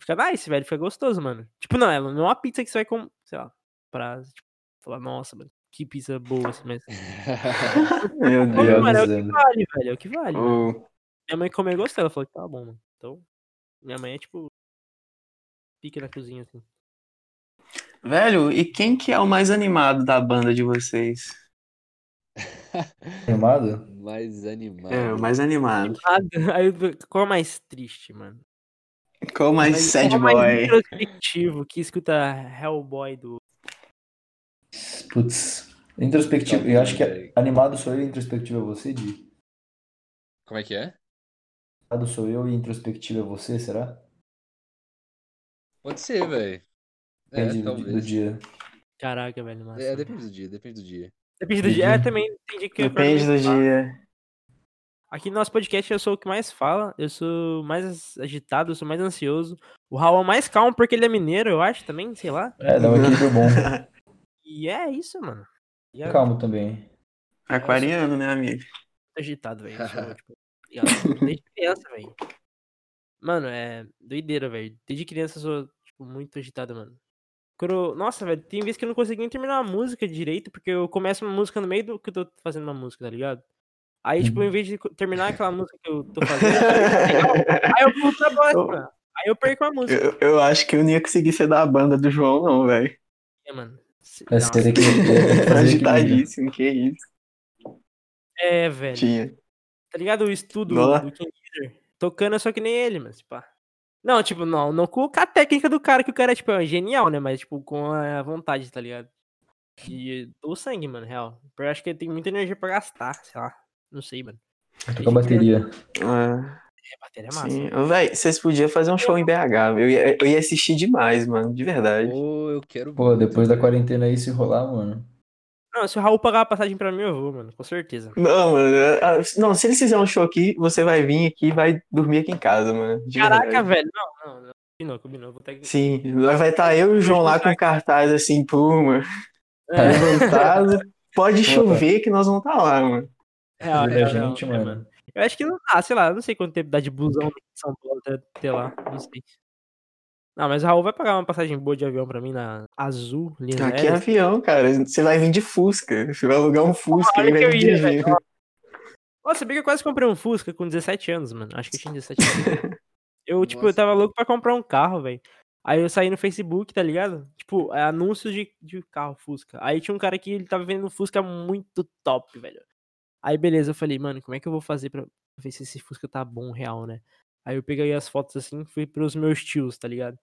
Fica nice, velho, fica gostoso, mano. Tipo, não, ela não é uma pizza que você vai com, sei lá, pra, tipo, falar, nossa, mano, que pizza boa, assim, mas... Não, Meu Deus. Melhor mano, é o que dizendo. vale, velho, é o que vale. mano. O- Minha mãe comeu e gostou, ela falou que tava bom, mano. Então, minha mãe é tipo. Pique na cozinha, assim. Velho, e quem que é o mais animado da banda de vocês? Animado? Mais animado. É, o mais animado. Aí, qual é o mais triste, mano? Qual o mais Mas sad qual é o Mais boy? introspectivo que escuta Hellboy do. Putz. Introspectivo. Eu acho que animado sou eu e introspectivo é você, Di? Como é que é? Animado sou eu e introspectivo é você, será? Pode ser, velho. É, Depende do- do talvez. dia. Caraca, velho, massa. É, depende do dia, depende do dia. Depende do dia. É, também entendi que. Depende do dia. Aqui no nosso podcast eu sou o que mais fala, eu sou mais agitado, eu sou mais ansioso. O Raul é o mais calmo porque ele é mineiro, eu acho também, sei lá. É, dá um equilíbrio bom. E é isso, mano. E é Calmo também. Aquariano, né, amigo? muito agitado, velho. Eu sou, tipo, ligado? Desde criança, velho. Mano, é doideira, velho. Desde criança eu sou, tipo, muito agitado, mano. Quando eu- Nossa, velho, tem vezes que eu não consigo nem terminar uma música direito, porque eu começo uma música no meio do que eu tô fazendo uma música, tá ligado? Aí, Uhum. tipo, em vez de co- terminar aquela música que eu tô fazendo, aí eu pulo pra próxima. Aí eu perco a música, Eu, eu acho que eu não ia conseguir ser da banda do João, não, velho. né, mano. Se- Mas Nossa, teria É, que, teria que fazer equilíbrio. Agitadíssimo, que isso. É, velho. Tinha. Tá ligado? O estudo Boa. do King Leader. Tocando só que nem ele, mas pá. Não, tipo, não, não com a técnica do cara, que o cara é, tipo, é genial, né? Mas, tipo, com a vontade, tá ligado? E o sangue, mano, real. Eu acho que ele tem muita energia pra gastar, sei lá. Não sei, mano. Tocar bateria. Ah, É, bateria é massa. sim. Ô, Véi, vocês podiam fazer um show em BH. Eu ia, eu ia assistir demais, mano, de verdade. Pô, eu quero. Pô, depois da quarentena. quarentena aí se rolar, mano. Não, se o Raul pagar a passagem pra mim, eu vou, mano, com certeza. Não, mano. ah, Não, se eles fizerem um show aqui, você vai vir aqui e vai dormir aqui em casa, mano. de Caraca, é verdade. velho. Não, não, não. Combinou, combinou. Vou ter que. Sim, vai estar eu e o João lá com cartaz assim, puma, É, levantado. Pode Opa. chover que nós vamos estar lá, mano. real, Ajuda a real, gente, real, é, mano. Eu acho que não dá, sei lá, eu não sei quanto tempo dá de busão daqui de São Paulo até, até lá, não sei. Não, mas o Raul vai pagar uma passagem boa de avião pra mim na Azul, linha Aqui é aérea. avião, cara. Você vai vir de Fusca. Você vai alugar um Fusca Olha e vai que eu vir ia, dirigindo. Nossa, sabia que eu quase comprei um Fusca com 17 anos, mano. Acho que eu tinha 17 anos. Eu, tipo, eu tava louco pra comprar um carro, velho. Aí eu saí no Facebook, tá ligado? Tipo, é anúncio de, de carro Fusca. Aí tinha um cara que ele tava vendendo um Fusca muito top, velho. Aí beleza, eu falei, mano, como é que eu vou fazer pra ver se esse Fusca tá bom, real, né? Aí eu peguei as fotos assim, fui pros meus tios, tá ligado?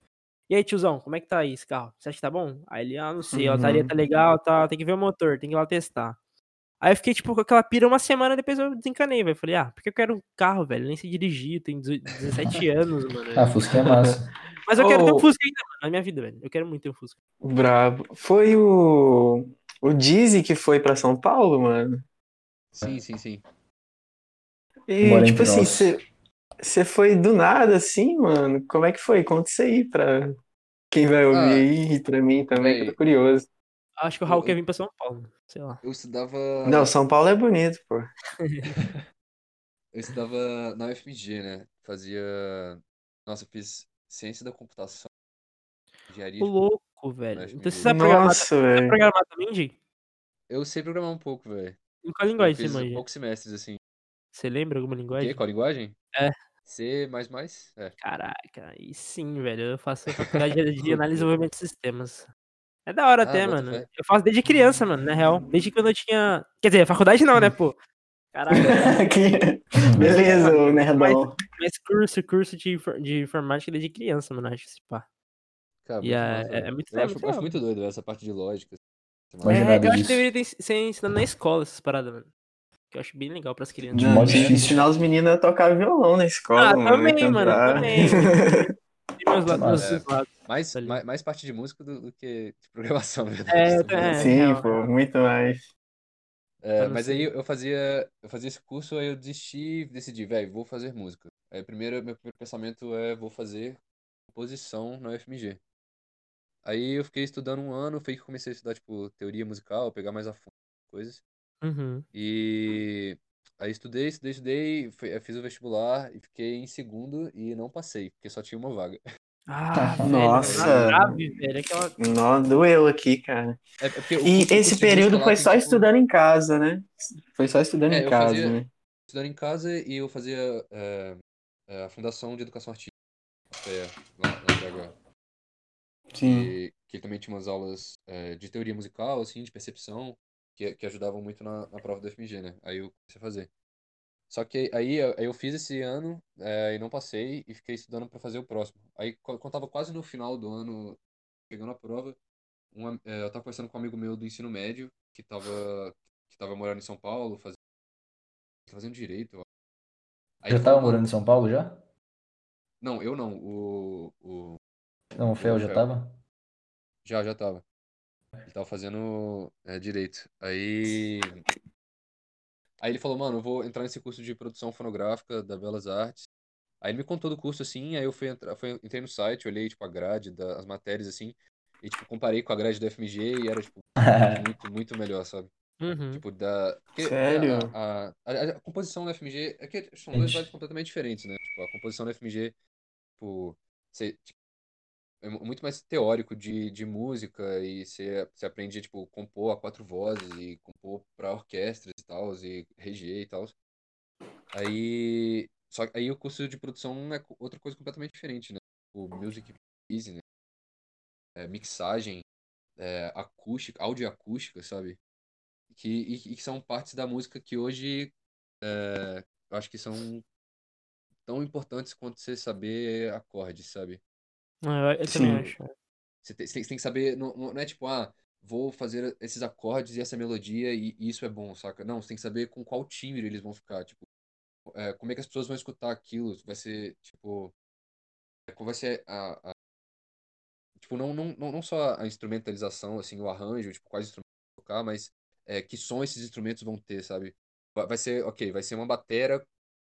E aí, tiozão, como é que tá aí esse carro? Você acha que tá bom? Aí ele, ah, não sei, a lataria Uhum. tá legal, tá, tem que ver o motor, tem que ir lá testar. Aí eu fiquei, tipo, com aquela pira uma semana, depois eu desencanei, velho. Falei, ah, porque eu quero um carro, velho, nem sei dirigir, tenho 18 17 anos, mano. Ah, Fusca é massa. Mas eu quero ter um ô. Fusca ainda, mano, na minha vida, velho. Eu quero muito ter um Fusca. Brabo. Foi o. O Dizzy que foi pra São Paulo, mano. Sim, sim, sim. E, Bora tipo entre assim, nós. você. Você foi do nada assim, mano? Como é que foi? Conta isso aí pra quem vai ouvir Ah. aí e pra mim também, que eu tô Véi. curioso. Acho que o Raul Eu- quer vir pra São Paulo, sei lá. Eu estudava. Não, São Paulo é bonito, pô. Eu estudava na UFMG, né? Fazia. Nossa, eu fiz ciência da computação. Engenharia Ô, de- louco, velho. Acho Então que você eu- sabe programar, você Nossa, é. sabe velho. programar também, Di? Eu sei programar um pouco, velho. Em qual Eu linguagem você fiz manja? poucos semestres, assim. Você lembra alguma O linguagem? quê? Qual a linguagem? É. C, mais, mais? É. Caraca, aí sim, velho. Eu faço faculdade de análise e desenvolvimento de sistemas. É da hora Ah, até, bota mano. fé. Eu faço desde criança, mano, na real. Desde quando eu tinha. Quer dizer, faculdade não, né, pô? Caraca, Que- Beleza, o nerdão. mas curso, curso de, infor- de informática desde criança, mano. Acho que se pá. Cara, E Tá muito é- massa, é- velho. é muito- Eu é acho, muito eu acho legal. muito doido velho, essa parte de lógica. assim. Mas É, nada eu acho que disso. deveria ter- ser ensinado na escola essas paradas, mano. Que eu acho bem legal pras crianças. Não, mó tinha que difícil. ensinar os meninos a tocar violão na escola, Ah, mano. também, cantar. mano, também. Tem meus lados, Nossa. meus lados. Mais, Tá ligado? mais, mais parte de música do, do que de programação, na É, verdade. é. Sim, real, pô, real. muito mais. É, Pra não mas ser- aí eu fazia, eu fazia esse curso, aí eu desisti e decidi, velho, vou fazer música. Aí primeiro, meu primeiro pensamento é, vou fazer composição na UFMG. Aí eu fiquei estudando um ano, foi que comecei a estudar, tipo, teoria musical, pegar mais a fundo coisas. Uhum. E aí estudei, estudei, estudei, fui- eu fiz o vestibular e fiquei em segundo e não passei, porque só tinha uma vaga. Ah, Velho, Velho, nossa. grave, velho. Aquela... Nó, doeu aqui, cara. É, é porque o E curso- o curso esse de período música lá foi tem, só tipo, estudando em casa, né? Foi só estudando É, em eu casa, fazia- né? estudando em casa e eu fazia eh, eh, a Fundação de Educação Artística, eh, lá, lá em BH. Sim. que, que também tinha umas aulas eh, de teoria musical, assim, de percepção, que, que ajudavam muito na, na prova do FMG, né? Aí eu comecei a fazer. Só que aí, eu- aí eu fiz esse ano eh, e não passei e fiquei estudando para fazer o próximo. Aí co- quando tava quase no final do ano, chegando a prova, um am- eh, eu tava conversando com um amigo meu do ensino médio que tava, que tava morando em São Paulo, fazendo, fazendo direito. eu acho. Aí Já ele tava falou, "Mano, morando em São Paulo já? Não, eu não. O, o, Não, o Fel já Fel. tava? Já, já tava. Ele tava fazendo é, direito. Aí. Aí ele falou, mano, eu vou entrar nesse curso de produção fonográfica da Belas Artes. Aí ele me contou do curso assim, aí eu fui entrar, fui, entrei no site, olhei tipo a grade das matérias assim, e tipo comparei com a grade do FMG e era tipo É muito, muito melhor, sabe? Uhum. Tipo da porque a- Sério? A, a- a composição da FMG é que são dois Gente. lados completamente diferentes, né? Tipo, a composição da FMG, tipo, você, tipo, é mu- muito mais teórico de, de música e você, você aprende, tipo, compor a quatro vozes e compor pra orquestras e tal, e reger e tal. Aí, só que aí o curso de produção é co- outra coisa completamente diferente, né? O music business, é, mixagem, é, acústica, audioacústica, sabe? Que, e, e que são partes da música que hoje é, eu acho que são tão importantes quanto você saber acordes, sabe? Ah, Eu, eu Sim. também acho. Você tem, você tem- você tem que saber, não, não- não é tipo, ah, vou fazer esses acordes e essa melodia e isso é bom, saca? Não, você tem que saber com qual timbre eles vão ficar, tipo, é, como é que as pessoas vão escutar aquilo, vai ser, tipo, é, como vai ser a, a- tipo, não, não, não, não só a instrumentalização, assim, o arranjo, tipo, quais instrumentos tocar, mas é, que som esses instrumentos vão ter, sabe? Vai, vai ser, ok, vai ser uma batera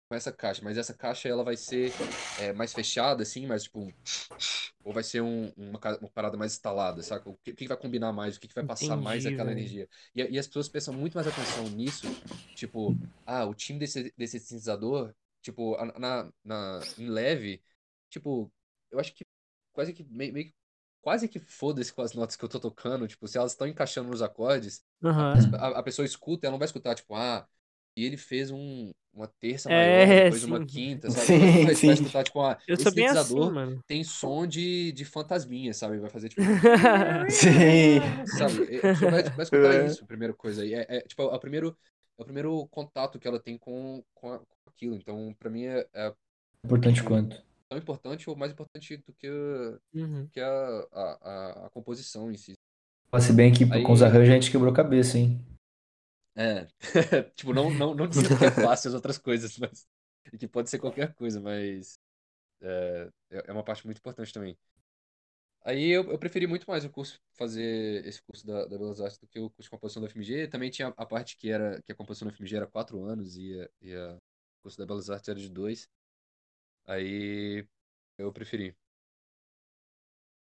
com essa caixa, mas essa caixa, ela vai ser é, mais fechada, assim, mais, tipo, um ou vai ser um- uma, ca- uma parada mais instalada, saca? O que, o que vai combinar mais? O que, que vai passar mais Entendi, aquela velho. energia? E, e as pessoas prestam muito mais atenção nisso, tipo, ah, o time desse, desse sintetizador, tipo, a- na, na, em leve, tipo, eu acho que quase que meio, meio que- quase que foda-se com as notas que eu tô tocando, tipo, se elas estão encaixando nos acordes, Aham. a, a pessoa escuta, ela não vai escutar, tipo, ah, e ele fez um, uma terça maior, É, depois uma sim. quinta, sabe? Sim, Vai- vai, sim. escutar, tipo, ah, Eu esse sou bem assim, sintetizador mano. tem som de, de fantasminha, sabe? Vai fazer tipo. Sim. sabe? É, tipo, vai, vai escutar É. isso, a primeira coisa. aí. É, é, tipo, é o primeiro, é o primeiro contato que ela tem com, com, a- com aquilo. Então, pra mim, é, é Importante quanto? tão importante ou mais importante do que, Uhum. que a, a, a- a composição em si. Mas se bem que Aí- com os arranjos a gente quebrou a cabeça, hein? É. tipo, não, não, não dizendo que é fácil as outras coisas, mas. E que pode ser qualquer coisa, mas. É, é é uma parte muito importante também. Aí eu, eu preferi muito mais o curso, fazer esse curso da, da Belas Artes do que o curso de composição da FMG. Também tinha a parte que era que a composição da FMG era quatro anos e, a- e a- o curso da Belas Artes era de dois. Aí eu preferi.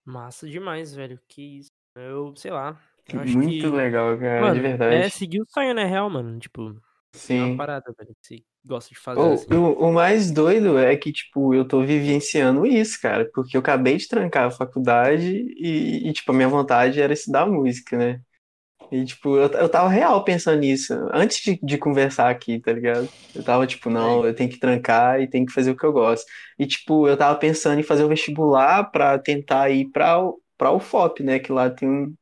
Massa demais, velho. Que isso. Eu, sei lá. Eu acho Muito que... legal, cara, Mano, de verdade. É seguir o sonho, né? Real, mano. Tipo, é Sim. uma parada, velho. Que você gosta de fazer. O, assim. o, o mais doido é que, tipo, eu tô vivenciando isso, cara, porque eu acabei de trancar a faculdade e, e, tipo, a minha vontade era estudar música, né? E, tipo, eu, eu tava real pensando nisso antes de, de conversar aqui, tá ligado? Eu tava, tipo, não, eu tenho que trancar e tenho que fazer o que eu gosto. E, tipo, eu tava pensando em fazer o vestibular pra tentar ir pra, o- pra UFOP, né? Que lá tem um,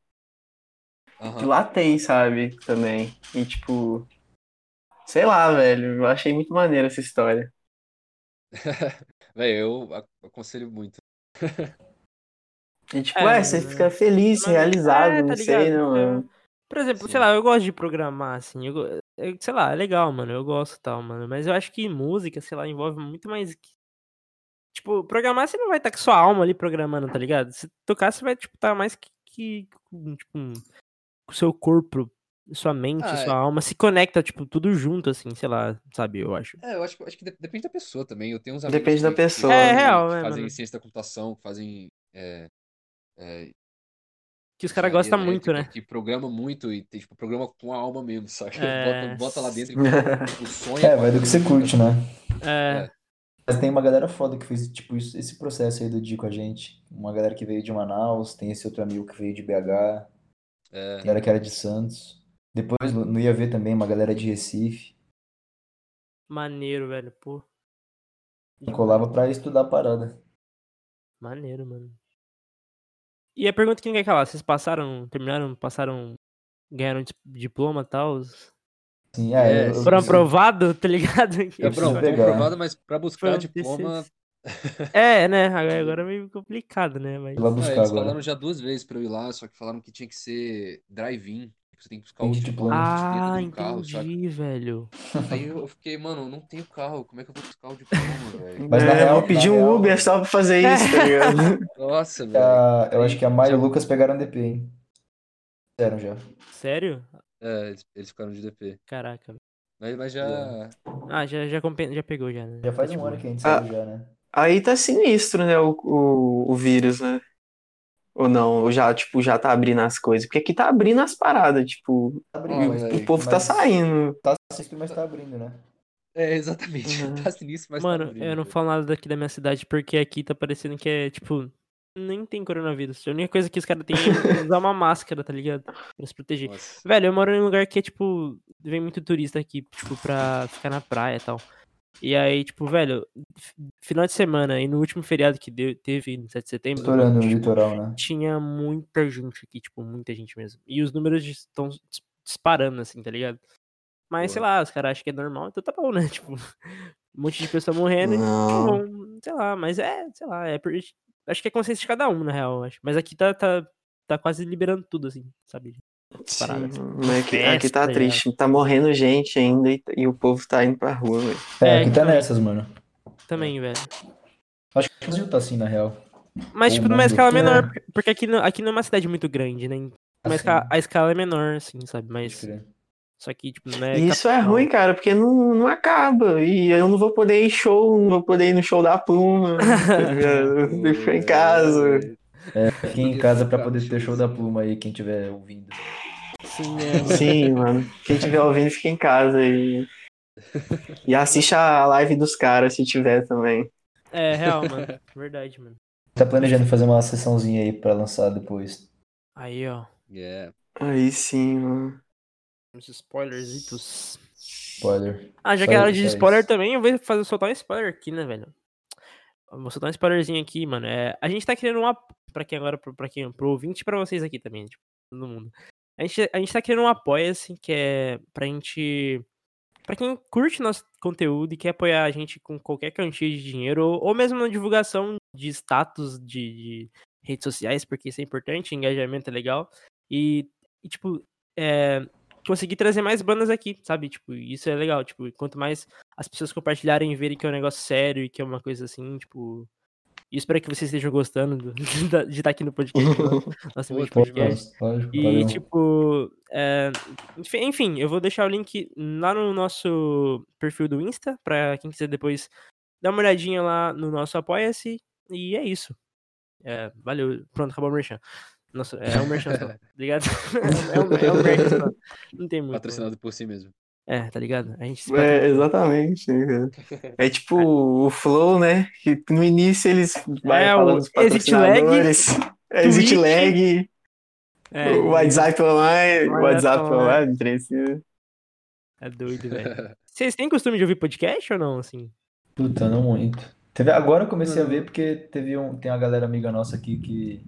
que Aham. lá tem, sabe, também. E tipo, sei lá, velho, eu achei muito maneira essa história. Véi, eu ac- aconselho muito. E tipo, É, é, mano, você né? fica feliz, Mano, realizado, é, tá não sei, ligado? não. é. mano? Por exemplo, Sim. sei lá, eu gosto de programar, assim. Eu, go- eu- sei lá, é legal, mano. Eu gosto e tal, mano. Mas eu acho que música, sei lá, envolve muito mais. que- Tipo, programar você não vai estar com sua alma ali programando, tá ligado? Se tocar, você vai, tipo, estar mais que. que com, tipo, um- com o seu corpo sua mente, Ah, sua alma se conecta, tipo, tudo junto, assim, sei lá, sabe, eu acho. É, eu acho, que- acho que de- depende da pessoa também. Eu tenho uns amigos Depende da que- pessoa. que, É, né? é real, que é, fazem mano. ciência da computação, que fazem. É, é, Que os caras engenharia gostam muito, elétrica, né? Que programa muito e tem, tipo, programa com a alma mesmo, saca? É. Bota, bota lá dentro e o sonho. É, vai do que você curte, né? É, Mas tem uma galera foda que fez, tipo, isso- esse processo aí do Di com a gente. Uma galera que veio de Manaus, tem esse outro amigo que veio de BH, É, tem galera que era de Santos. Depois no no IAV também, uma galera de Recife. maneiro, velho, pô. Eu colava pra estudar a parada. Maneiro, mano. E a pergunta que ninguém quer calar, vocês passaram, terminaram, passaram, ganharam dis- diploma e tal? Sim, ah, É, eu- eu- Foram sim. aprovados, tá ligado? é Eu bro, preciso bom, pegar. aprovado, mas pra buscar Foi um diploma. TCC. É, né? Agora agora é meio complicado, né? Mas... eu vou lá Ah, buscar eles agora. falaram já duas vezes pra eu ir lá, só que falaram que tinha que ser drive-in. que Você tem que buscar Tem o de diploma Ah, dentro do um carro, saca? entendi, velho. Aí eu fiquei, mano, eu não tenho carro, como é que eu vou buscar o diploma, velho? Mas na É, eu real- vou pedir na um real- Uber só pra fazer É. isso, tá ligado? Nossa, Que velho. a- É, eu acho que a Maia e o Já- Lucas pegaram DP, hein? Fizeram já. Sério? É, eles, eles ficaram de DP. Caraca. Mas, mas já. Ah, já, já, compen- já pegou, já, né? Já faz Tá um de ano boa. que a gente saiu já, né? Aí tá sinistro, né, o, o, o vírus, né? Ou não, ou já, tipo, já tá abrindo as coisas. Porque aqui tá abrindo as paradas, tipo, Tá e Ah, abrindo, o, mas velho, o povo tá mas- saindo. Tá assistindo, mas tá abrindo, né? É, exatamente. Uhum. Tá sinistro, mas tá Mano, abrindo, eu não velho. falo nada daqui da minha cidade porque aqui tá parecendo que é, tipo, nem tem coronavírus. A única coisa que os caras têm é usar uma máscara, tá ligado? Pra se proteger. Nossa. Velho, eu moro em um lugar que é, tipo, vem muito turista aqui, tipo, pra ficar na praia e tal. E aí, tipo, velho, f- final de semana e no último feriado que deu, teve, no 7 de setembro, Estourando no tipo, litoral, né? tinha muita gente aqui, tipo, muita gente mesmo. E os números estão dis- disparando, assim, tá ligado? Mas, sei Boa. lá, os caras acham que é normal, então tá bom, né? Tipo, um monte de pessoa morrendo e tá Não. bom, sei lá, mas é, sei lá, é por... acho que é consciência de cada um, na real, eu acho. Mas aqui tá, tá, tá quase liberando tudo, assim, sabe? paradas. Sim, mas aqui, aqui Festa, tá já. triste. Tá morrendo gente ainda e, e o povo tá indo pra rua, velho. É, É, aqui tá então- nessas, mano. Também, velho. Acho que o Brasil tá assim, na real. Mas, O tipo, numa mundo. escala menor, É. porque- porque aqui, não- aqui não é uma cidade muito grande, né? Mas Assim, a, a escala é menor, assim, sabe? pode Mas crer. só que, tipo, não é. E isso é capital. ruim, cara, porque não, não acaba. E eu não vou poder ir em show, não vou poder ir no show da Puma. tá ligado? Eu tenho que ficar em casa. É, fiquem em casa pra poder ter show da pluma aí, quem tiver ouvindo. Tá Sim, é. Sim, mano. Quem tiver ouvindo, fica em casa e. E assiste a live dos caras se tiver também. É real, mano. Verdade, mano. Tá planejando fazer uma sessãozinha aí pra lançar depois. Aí, ó. Yeah. Aí sim, mano. Uns spoilers. Spoiler. Ah, já Só que era isso, de só spoiler isso. também, eu vou fazer, soltar um spoiler aqui, né, velho? Eu Vou soltar um spoilerzinho aqui, mano. É, a gente tá criando um apoio. Pra quem agora, pro- pra quem? Pro ouvinte e pra vocês aqui também, tipo, todo mundo. A gente, a gente tá criando um apoio, assim, que é pra gente. Pra quem curte nosso conteúdo e quer apoiar a gente com qualquer quantia de dinheiro, ou, ou mesmo na divulgação de status de, de redes sociais, porque isso é importante, engajamento é legal. E, e tipo, é, conseguir trazer mais bandas aqui, sabe? Tipo, isso é legal. Tipo, quanto mais as pessoas compartilharem e verem que é um negócio sério e que é uma coisa assim, tipo. E espero que vocês estejam gostando do- de tá- de estar aqui no podcast. né? Nosso Pô, vídeo tá pode podcast. Lógico, E, valeu. tipo, é, enfim, enfim, eu vou deixar o link lá no nosso perfil do Insta, pra quem quiser depois dar uma olhadinha lá no nosso Apoia-se. E é isso. É, valeu. Pronto, acabou o merchan. Nossa, é um merchan só, tá ligado? É um, é um merchan só. Não tem muito. né? Patrocinado por si mesmo. É, tá ligado? A gente se É, exatamente. É tipo o Flow, né? Que no início eles vai É, falando o dos exit lag, patrocinadores. É, Exit Twitch, lag, É, o WhatsApp online, WhatsApp WhatsApp online. online, precisa. é doido, velho. Vocês têm costume de ouvir podcast ou não, assim? Puta, não muito. Teve, agora eu comecei a ver porque teve um, tem uma galera amiga nossa aqui que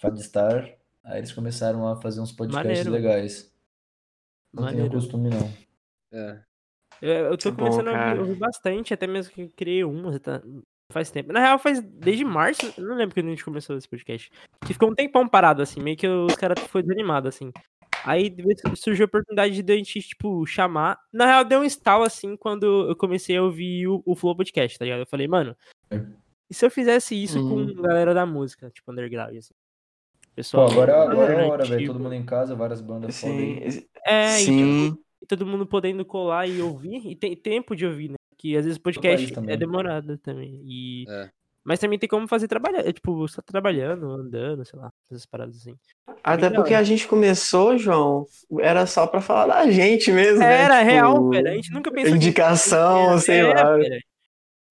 faz de estar. Aí eles começaram a fazer uns podcasts Maneiro. legais. Não tenho Maneiro. costume, não. É. Eu, eu tô Muito bom, começando a ouvir, cara. ouvir bastante, até mesmo que eu criei um, já tá- faz tempo. Na real, faz desde março, eu não lembro quando a gente começou esse podcast. Que ficou um tempão parado, assim, meio que os caras foi desanimado, assim. Aí de vez- surgiu a oportunidade de a gente, tipo, chamar. Na real, deu um estalo, assim, quando eu comecei a ouvir o, o Flow Podcast, tá ligado? Eu falei, mano, É. Uhum. e se eu fizesse isso Hum. com galera da música, tipo, underground, assim? Pessoal, Pô, agora, agora é a alternativo. hora, velho. Todo mundo em casa, várias bandas foda Sim, aí. ex- É, então, sim. e todo mundo podendo colar e ouvir, e tem tempo de ouvir, né? Que às vezes país podcast é também. demorado também. E... É. Mas também tem como fazer trabalhar, é, tipo, você tá trabalhando, andando, sei lá, essas paradas assim. Até porque a gente começou, João, era só pra falar da gente mesmo, né? É, Era Tipo, real, velho. A gente nunca pensou que- Indicação, É, sei é, lá. velho.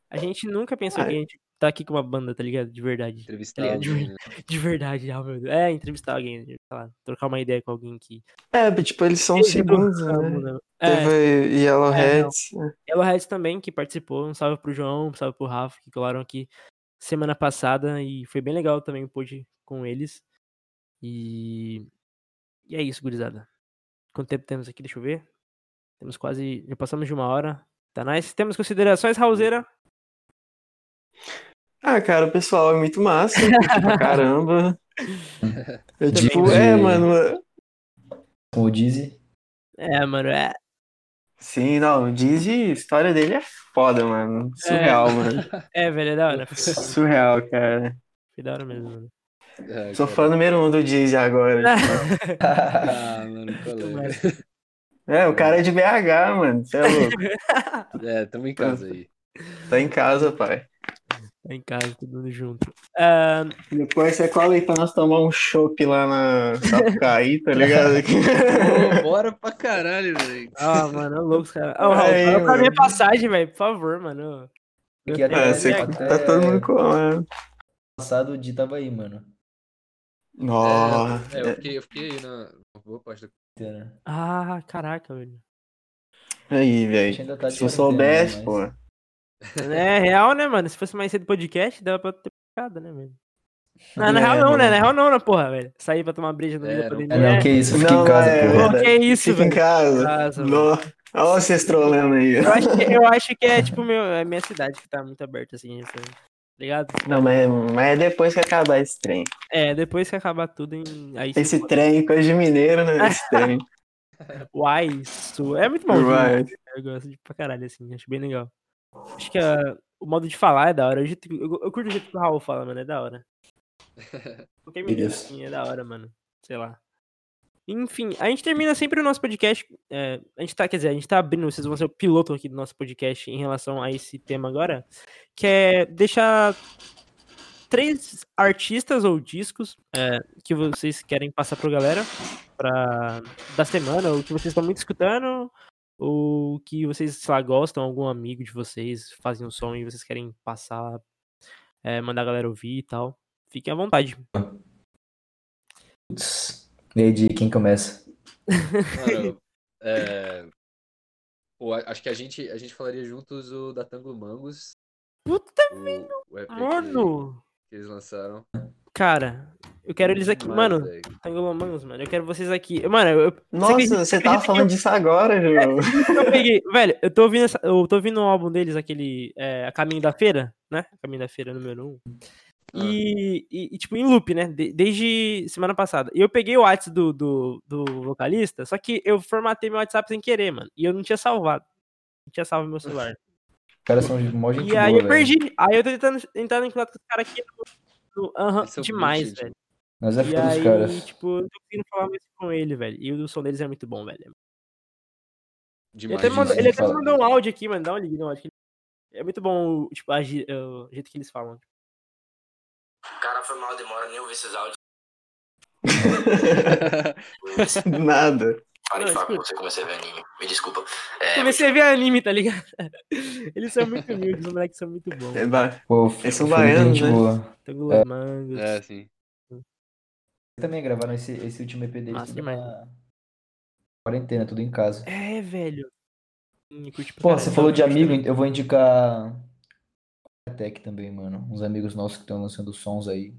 A gente nunca pensou que a gente tá aqui com uma banda, tá ligado? De verdade. Entrevistar Tá ligado? alguém, né? De verdade, ah, meu Deus. É, entrevistar alguém, sei lá, trocar uma ideia com alguém que. É, tipo, eles são segundos, né? É, Teve né? Yellowheads. Yellowheads também, que participou. Um salve pro João, um salve pro Rafa, que colaram aqui semana passada. E foi bem legal também o pod com eles. E. E é isso, gurizada. Quanto tempo temos aqui? Deixa eu ver. Temos quase. Já passamos de uma hora. Tá nice. Temos considerações, Raulzeira? Ah, cara, o pessoal é muito massa, curte pra caramba. Eu, Também tipo, é, de- mano. Com o Dizzy. É, mano, é. Sim, não, o Dizzy, a história dele é foda, mano. Surreal, mano. É, velho, é da hora. Foi da hora, Surreal, cara. foi da hora mesmo, mano. É, Sou cara. fã número um do Dizzy É. agora. Ah, mano, qual Muito é? massa. É, o cara é de BH, mano. Você é louco. É, tamo em casa aí. Tá em casa, pai. Tá em casa, todo mundo junto. Ah, Depois você cola aí pra nós tomar um chopp lá na Sapucaí, tá ligado? Pô, bora pra caralho, velho. Ah, mano, é louco, os caras. Ô, Raul, Aí, fala pra mano. minha passagem, velho, por favor, mano. Aqui até- É, você- até tá todo mundo colando. Passado o Di tava aí, mano. Nossa. É, eu fiquei, eu fiquei aí na na boa parte da Quarentena. Ah, caraca, velho. é. Aí, A velho. gente ainda tá de Se quarentena, eu né, soubesse, mas- pô. É real, né, mano? Se fosse mais cedo podcast, dava pra ter ficado, né, velho? Não, na É, real não, né? mano. Na real não, na porra, velho. Sair pra tomar breja no meio É, da não- É, pandemia. não, que isso, fica Não, em casa, é porra. Pô, que isso, Fica em velho. casa. Nossa, mano. Nó. Olha vocês trolando aí. Eu acho, que, eu acho que é, tipo, meu, é minha cidade que tá muito aberta, assim, essa- tá ligado? Não, mas, mas é depois que acabar esse trem. É, depois que acabar tudo em. Aí sim, Esse trem, coisa de mineiro, né? Esse trem. uai, isso. É muito bom. viu? Vai. Eu gosto de pra caralho, assim, acho bem legal. Acho que ah, o modo de falar é da hora. o jeito que- Eu, eu curto o jeito que o Raul fala, mano, é da hora. Qualquer menino Beleza. assim é da hora, mano. Sei lá. Enfim, a gente termina sempre o nosso podcast. é, a gente tá, quer dizer, a gente tá abrindo, vocês vão ser o piloto aqui do nosso podcast em relação a esse tema agora. Que é deixar três artistas ou discos é, que vocês querem passar pro galera pra, da semana, ou que vocês estão muito escutando, ou que vocês, sei lá, gostam, algum amigo de vocês, fazem um som e vocês querem passar, é, mandar a galera ouvir e tal. Fiquem à vontade. Putz. E aí, Di, quem começa? Mano, é... Pô, a- acho que a gente, a gente falaria juntos o da Tango Mangos. Puta, O, o EP que- mano! que eles lançaram. Cara, eu quero Hum, eles aqui, Demais, é mano. velho. Tangolomangos, mano. Eu quero vocês aqui. Mano, eu, é Nossa, você tava falando disso agora, João. eu peguei. Velho, eu tô ouvindo, essa- eu tô ouvindo um álbum deles, aquele é, A Caminho da Feira, né? A Caminho da Feira número 1. Ah. E, e- e, tipo, em loop, né? De- desde semana passada. E eu peguei o WhatsApp do, do, do vocalista, só que eu formatei meu WhatsApp sem querer, mano. E eu não tinha salvado. Não tinha salvo meu celular. Os caras são mó gente E aí boa, eu velho. perdi. Aí eu tô tentando entrar em contato com os caras aqui no. no- Aham, é Eles são muito demais, gente velho. Nós é E foda dos aí, caras. tipo, eu não tô conseguindo falar mais com ele, velho. E o som deles é muito bom, velho. Ele Demais, até, mandou, ele demais. até mandou um áudio aqui, mano. Dá uma liga no áudio. que ele- É muito bom, o- tipo, a gi- o jeito que eles falam. Cara, foi mal, demora nem ouvir esses áudios. Nada. Parei de Não, falar com escuta. você, comecei a ver anime. Me desculpa. É, Comecei a ver anime, tá ligado? Eles são muito humildes, os moleques são muito bons. É ba- Pô, f- Eles são foda de baianos, gente né? boa. Tangolomangos. É, sim. Também gravaram esse, esse último EP deles Massa tudo demais. na quarentena, tudo em casa. É, velho. Hum, eu curti pra Pô, caralho. você falou de Eu curti amigo, então. também. eu vou indicar a Tech também, mano. Uns amigos nossos que estão lançando sons aí.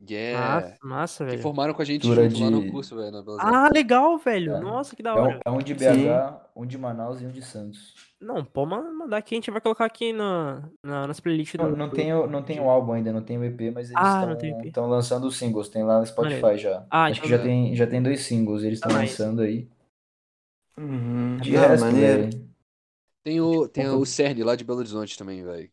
Yeah. É, Massa, massa, É, Que velho. formaram com a gente Cultura junto lá no de- curso, velho, na Belas Artes. Ah, legal, velho. É. Nossa, que da É hora. um, é um de BH, um de Manaus e um de Santos. Não, pode ma- mandar aqui, a gente vai colocar aqui na, na, nas playlists Não, do. não do- tem, o- não tem o álbum ainda, não tem o EP, mas eles Ah, não tem EP. estão lançando os singles, tem lá no Spotify já. Ah, Acho que então- já tem, já tem dois singles, eles estão Ah, mas- lançando aí. Uhum. De Não, resto, é, maneiro. velho. Tem o, tem Tipo, o CERN lá de Belo Horizonte também, velho.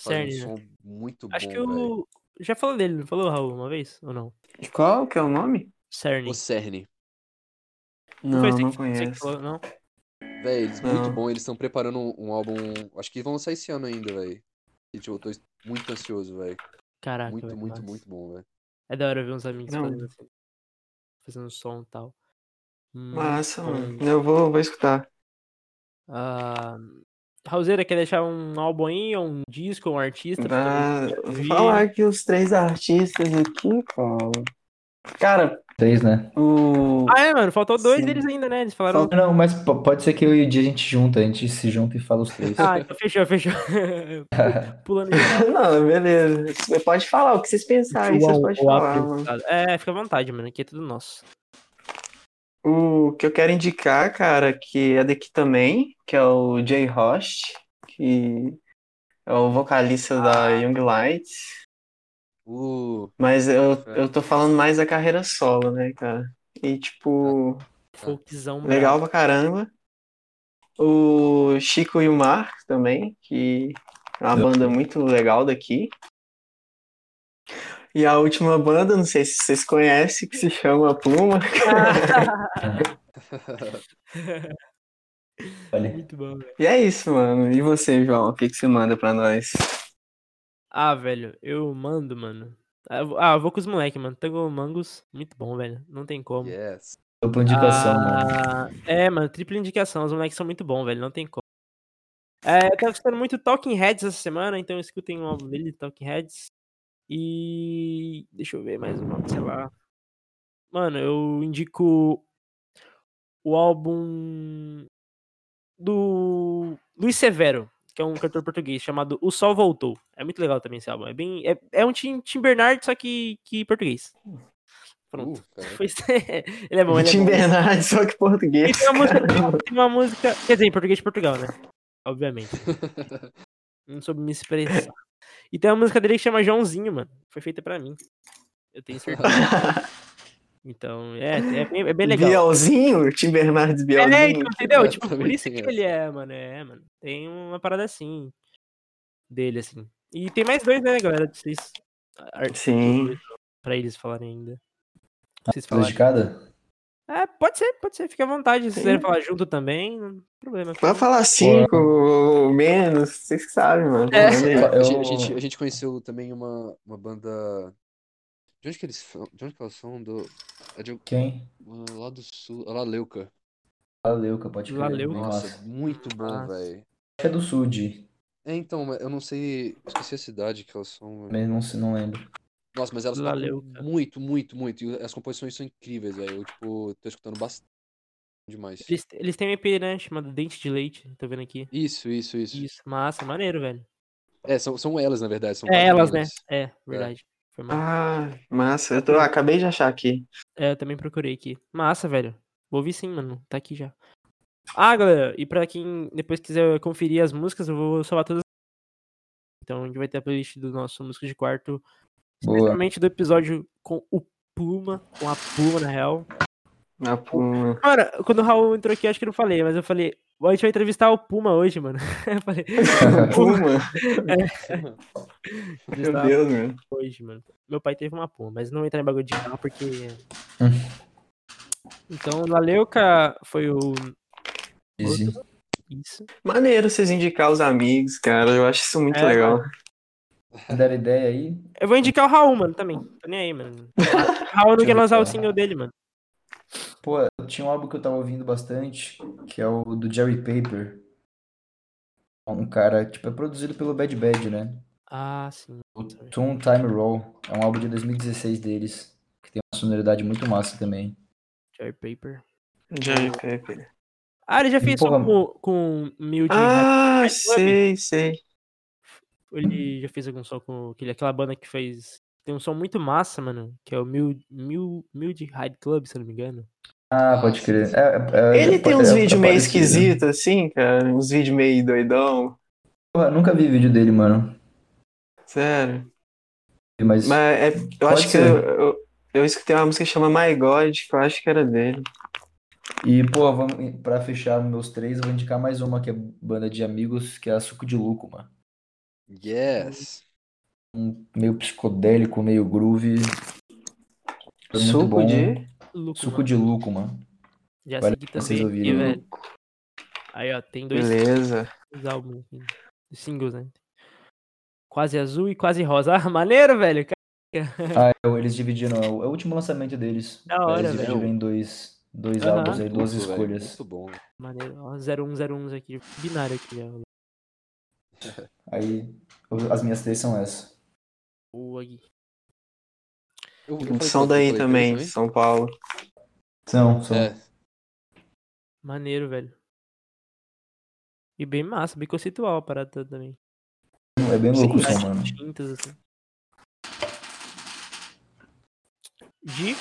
Faz Sério, né? um som muito Acho bom, que o. Já falou dele, não falou, Raul, uma vez? Ou não? Qual que é o nome? Cerny. O Cerne. Não, Foi é, você não que- você que conheço. falou, não? Véi, eles Não. muito bom, eles estão preparando um, um álbum. Acho que vão sair esse ano ainda, véi. E tipo, eu tô muito ansioso, véi. Caraca. Muito, velho, muito, nossa. muito bom, véi. É da hora ver uns amigos Não. fazendo, assim, fazendo som e tal. Hum, Massa, mano. bom. Eu vou, vou escutar. Ah, Raulzeira, quer deixar um álbum aí, ou um disco, ou um artista? pra todo mundo Ah, vou ouvir? falar aqui os três artistas aqui, Paulo. Cara, Três, né? o. Ah, é, mano, faltou dois Sim. deles ainda, né? Eles falaram. Então- Não, não, mas po- pode ser que eu e o dia a gente junta, a gente se junta e fala os três. Ah, então fechou, fechou. Pulando de Não, beleza. Você pode falar o que vocês pensarem, Tá, vocês podem falar, mano. É, fica à vontade, mano, aqui é tudo nosso. O que eu quero indicar, cara, que é daqui também, que é o Jay Host, que é o vocalista Ah. da Young Lights. Uh, Mas eu, eu tô falando mais da carreira solo, né, cara? E, tipo, Ah. Folkzão. brabo. legal pra caramba. O Chico e o Mar também, que é uma banda muito legal daqui. E a última banda, não sei se vocês conhecem, que se chama Pluma. Ah, Olha, Muito bom, velho. E é isso, mano. E você, João? O que, que você manda pra nós? Ah, velho, eu mando, mano. Ah, eu vou- Ah, eu vou com os moleques, mano. Tango Mangos, muito bom, velho. Não tem como. yes. Uh, dupla indicação, né? mano. Ah, É, mano, tripla indicação. Os moleques são muito bons, velho. Não tem como. É, eu tava escutando muito Talking Heads essa semana, então escutem o álbum dele, Talking Heads. E. Deixa eu ver mais um álbum, sei lá. Mano, eu indico o álbum do Luiz Severo, que é um cantor português chamado O Sol Voltou. É muito legal também esse álbum. É, bem, é, é um Tim, Tim Bernard, só que, que português. Pronto. Uh, cara. Foi- ele é bom, ele é Tim bom. Bernardes, só que E português. tem uma música. Tem uma música. Quer dizer, em português de Portugal, né? Obviamente. Não soube me expressar. E tem uma música dele que chama Joãozinho, mano. Foi feita pra mim. Eu tenho certeza. Então, é, é bem, é bem legal. Bielzinho, Tim Bernardes É, Bielzinho. então, entendeu? Eu Tipo, por também isso que tenho ele é, mano. É, mano. Tem uma parada assim. Dele, assim. E tem mais dois, né, galera? de Vocês. ar- Sim. Pra eles falarem ainda. Pra Vocês Duas falarem. de cada? É, pode ser, pode ser. Fica à vontade. Se Sim. quiserem falar junto também, não tem problema. Vai falar cinco ou menos, vocês que sabem, mano. É. Manda aí. A, gente, Eu- a gente- a gente conheceu também uma, uma banda. De onde que eles são? De onde que elas são? Do... É de... Quem? Lá do sul. Lá Leuca. Laleuca, pode crer. Laleuca. Nossa, Nossa. Acho muito bom, Nossa. velho. que é do sul, Di. É, então, mas eu não sei. eu Esqueci a cidade que elas são. velho. Mas não, se- não lembro. Nossa, mas elas Lá tocam Leuca. muito, muito, muito. E as composições são incríveis, velho. Eu, tipo, tô escutando bastante demais. Eles, eles têm um EP, né? Chamado Dente de Leite, tô vendo aqui. Isso, isso, isso. Isso, massa, maneiro, velho. É, são, são elas, na verdade. São É quatro elas, né? meninas. É, verdade. Foi mal. Ah, massa. Eu tô, acabei de achar aqui. É, eu também procurei aqui. Massa, velho. Vou ouvir sim, mano. Tá aqui já. Ah, galera, e pra quem depois quiser conferir as músicas, eu vou salvar todas. Então a gente vai ter a playlist do nosso Música de Quarto. Boa. Especialmente do episódio com o Pluma, com a Pluma, na real. Na Puma. Cara, quando o Raul entrou aqui, acho que eu não falei, mas eu falei, a gente vai entrevistar o Puma hoje, mano. eu falei, Puma? entrevistar Meu o Deus, mano. hoje, mano. Meu pai teve uma porra, mas não vou entrar em bagulho de carro porque. Hum. Hum. Então, Laleuca foi o. Easy. Isso. Maneiro vocês indicar os amigos, cara. Eu acho isso muito É, legal. Se der ideia aí, Eu vou indicar o Raul, mano, também. Tô nem aí, mano. Raul não Deixa quer eu ver lançar o qual é. single dele, mano. Pô, eu tinha um álbum que eu tava ouvindo bastante, que é o do Jerry Paper. É Um cara, tipo, é produzido pelo Bad Bad, né? Ah, sim. O Toon Time Roll. É um álbum de 2016 deles, que tem uma sonoridade muito massa também. Jerry Paper. Johnny Pepper. Ah, ele já fez som Porra. com, com Mildred. Ah, sei, sei. Ele já fez algum som com aquele, aquela banda que fez. Tem um som muito massa, mano. Que é o Mild, Mild, Mild Hide Club, se eu não me engano. Ah, pode crer. É- é- é- Ele tem é- uns é vídeos meio parecido. esquisitos, assim, cara. Uns vídeos meio doidão. Porra, nunca vi vídeo dele, mano. Sério. Mas, Mas é- eu Pode acho que ser. eu, eu, eu escutei uma música que chama My God, que eu acho que era dele. e, pô, vamos, pra fechar meus três, eu vou indicar mais uma que é banda de amigos, que é a Suco de Lúcuma. Yes. meio psicodélico, meio groove. Foi muito Suco bom. de. Lucro, Suco mano. de lúcuma. Já vale segui pra vocês também. ouvirem, e, né? velho, Aí, ó, tem dois Beleza. Os álbuns, assim, os singles, né? Quase azul e quase rosa. Ah, maneiro, velho. cara, Ah, é, eles dividiram. É o é o último lançamento deles. Da hora, Eles velho. dividiram em dois, dois Aham. álbuns aí, duas Muito, velho, escolhas. Muito bom. Maneiro. Ó, 0101 aqui, binário aqui, ó. Aí, eu- as minhas três são essa. Boa, Gui. Eu, eu falei São qual que eu Um daí né? falei também, São Paulo. São, são. É, Maneiro, velho. E bem massa, bem conceitual a parada também. É bem louco o som, Várias mano. tintas, assim. Gui,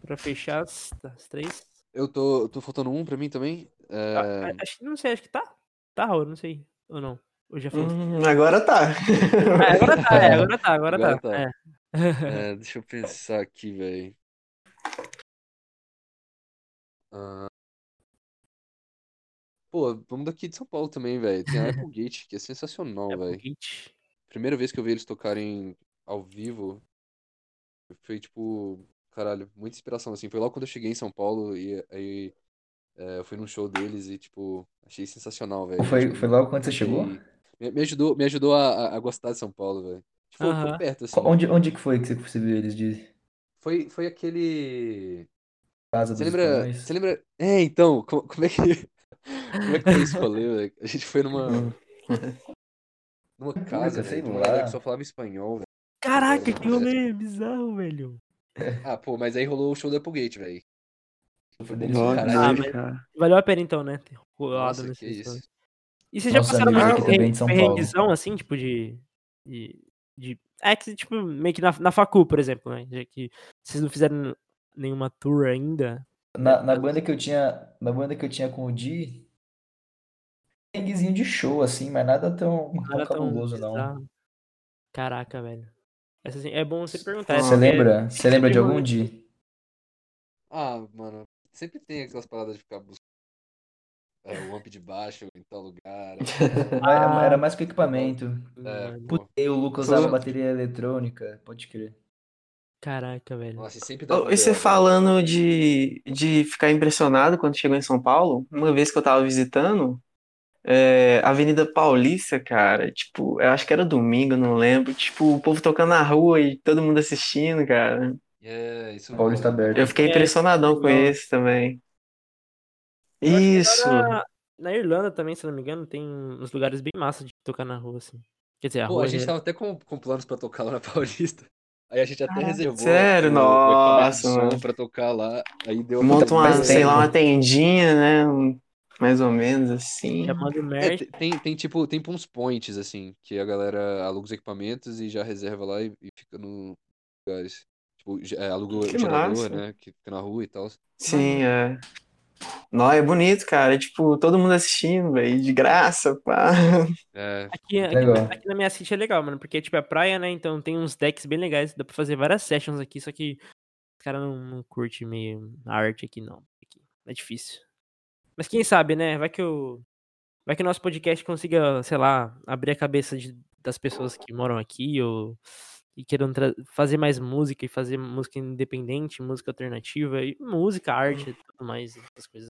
pra fechar as, as três. eu tô, eu tô faltando um pra mim também. É, Ah, a- acho que não sei, acho que tá. Tá, Raul, não sei. Ou não. Ou já falou. Hum, agora tá. Ah, agora tá, é, agora tá, agora, Agora tá. tá. É. é, deixa eu pensar aqui, velho. Ah, Pô, vamos daqui de São Paulo também, velho. Tem a Applegate, que é sensacional, É velho. Hit. Primeira vez que eu vi eles tocarem ao vivo, foi tipo, caralho, muita inspiração, assim. Foi logo quando eu cheguei em São Paulo e aí é, eu fui num show deles e, tipo, achei sensacional, velho. Foi, Tipo, foi logo quando você chegou? achei- Me, me ajudou, me ajudou a, a- a gostar de São Paulo, velho. Tipo, foi Aham. perto, assim. Qual- Onde, onde que foi que você- que você viu eles de Foi, foi aquele. Casa Você dos lembra? Espanhóis? Você lembra? É, então, como, como é que. Como é que foi esse rolê, velho? A gente foi Ah, numa, numa casa, sei velho, de uma lá. galera que só falava espanhol, velho. Caraca, que rolê bizarro, velho. Ah, pô, mas aí rolou o show do Applegate, velho. Foi deles, Nossa, caralho. Ah, doido, cara. Valeu a pena então, né? ter rolado Nossa, nesse que isso. E vocês já Nossos passaram amigos mais aqui também de São Paulo. perrenguezão, assim, tipo, de. de, de... É que, tipo, meio que na, na facu, por exemplo, né? Já que vocês não fizeram nenhuma tour ainda. Na, na banda que eu tinha, na banda que eu tinha com o Di, perrenguezinho de show, assim, mas nada tão, tão Nada tão cabuloso, não. bizarro. Caraca, velho. Essa, assim, é bom você perguntar. Você essa é- lembra? Você lembra de lembro algum muito. Di? Ah, mano, sempre tem aquelas paradas de ficar buscando é, o amp de baixo em tal lugar. Ah. Era, era mais pro equipamento. É, Mano, pô, E o Lucas Foi usava o- bateria eletrônica, pode crer. Caraca, velho. nossa, e sempre dá Ô, E problema, você velho. falando de, de ficar impressionado quando chegou em São Paulo, uma vez que eu tava visitando, é, Avenida Paulista, cara, tipo, eu acho que era domingo, não lembro, tipo, o povo tocando na rua e todo mundo assistindo, cara. É, isso Paulista mesmo. aberto. Eu fiquei É, impressionadão com legal. isso também. Eu acho que Isso, Na, na Irlanda também, se não me engano, tem uns lugares bem massa de tocar na rua, assim. Quer dizer, a Pô, rua. a gente já- tá tava até com, com planos pra tocar lá na Paulista. Aí a gente até reservou sério? o- o equipamento de Nossa, som mano. pra tocar lá. Aí deu monta uma, Faz sei lá, tempo. uma tendinha, né? um- Mais ou menos assim. Chamado É, Merch. te- tem, tem tipo, tem uns points, assim, que a galera aluga os equipamentos e já reserva lá e, e fica no lugares. Tipo, ge- é, aluga o Que gerador, massa. né? Que fica na rua e tal. né? Sim, é. Não, é bonito, cara. É, tipo, todo mundo assistindo, velho, de graça, pá. É, Aqui, aqui- Legal. aqui na minha city é legal, mano, porque tipo, é praia, né? Então tem uns decks bem legais, dá pra fazer várias sessions aqui, só que os caras não, não curtem meio a arte aqui, não. Aqui, é difícil. Mas quem sabe, né? Vai que o. Vai que o nosso podcast consiga, sei lá, abrir a cabeça de- das pessoas que moram aqui ou e queiram tra- fazer mais música e fazer música independente, música alternativa, e música, arte e Uhum. tudo mais, essas coisas.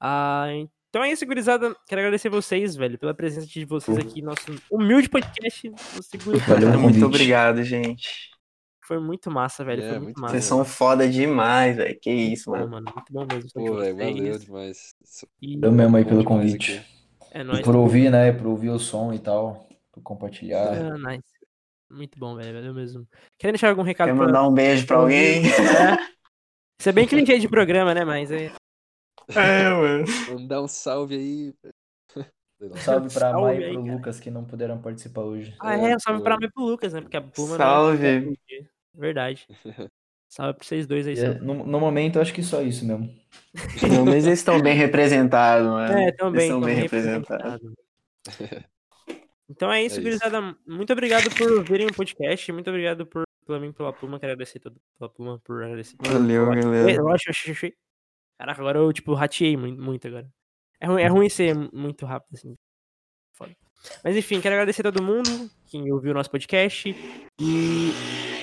Ah, então é isso, gurizada. Quero agradecer vocês, velho, pela presença de vocês Uhum. aqui, nosso humilde podcast. no segundo Valeu. programa. Muito convite. obrigado, gente. Foi muito massa, velho. É, Foi muito, muito massa. Vocês são foda demais, velho. Que isso, Bom, mano. mano. Muito bom mesmo. estar pô, com velho, vocês. valeu demais. E Eu mesmo aí Bom pelo demais convite. aqui. é E nóis. por ouvir, né? Por ouvir o som e tal, por compartilhar. Ah, nice. Muito bom, velho. Valeu mesmo. Querem deixar algum recado Quer pra- mandar um beijo pra alguém? Isso é bem clichê de programa, né? Mas é. É, mano. Mandar um salve aí. Sei lá. Um Salve pra Salve Mai e aí, pro cara. Lucas que não puderam participar hoje. Ah, é, um salve pra mim e pro Lucas, né? Porque a Puma. não é Salve. muito clichê. Verdade. Salve pra vocês dois aí. E é- No, no momento, eu acho que só isso mesmo. Não, mas eles estão bem representados, mano. É, também. estão bem também representados. representado. Então é isso, É isso. gurizada. Muito obrigado por verem o podcast. Muito obrigado por, pela mim, pela Puma. Quero agradecer todo pela Puma por agradecer. Valeu, galera. Eu acho- acho- acho- Caraca, agora eu, tipo, rateei mui- muito agora. É ruim, é ruim ser muito rápido, assim. Foda. Mas enfim, quero agradecer a todo mundo que ouviu o nosso podcast. E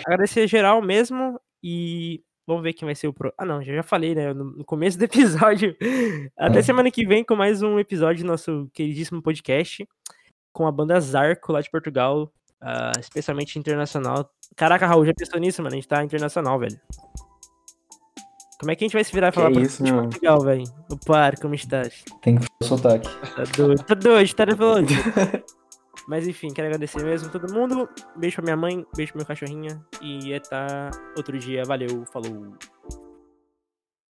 agradecer geral mesmo. E vamos ver quem vai ser o pro. Ah, não, já já falei, né? No no começo do episódio. É. Até semana que vem com mais um episódio do nosso queridíssimo podcast. Com a banda Zarco lá de Portugal. ah, especialmente internacional. Caraca, Raul, já pensou nisso, mano? A gente tá internacional, velho. Como é que a gente vai se virar e falar Que pra- isso, mano. Portugal, velho? O par, como estás? Tem que fazer o sotaque. Tá doido, tá doido, tá nervoso. Mas enfim, quero agradecer mesmo a todo mundo. Beijo pra minha mãe, beijo pra meu cachorrinha. E até outro dia. Valeu, falou.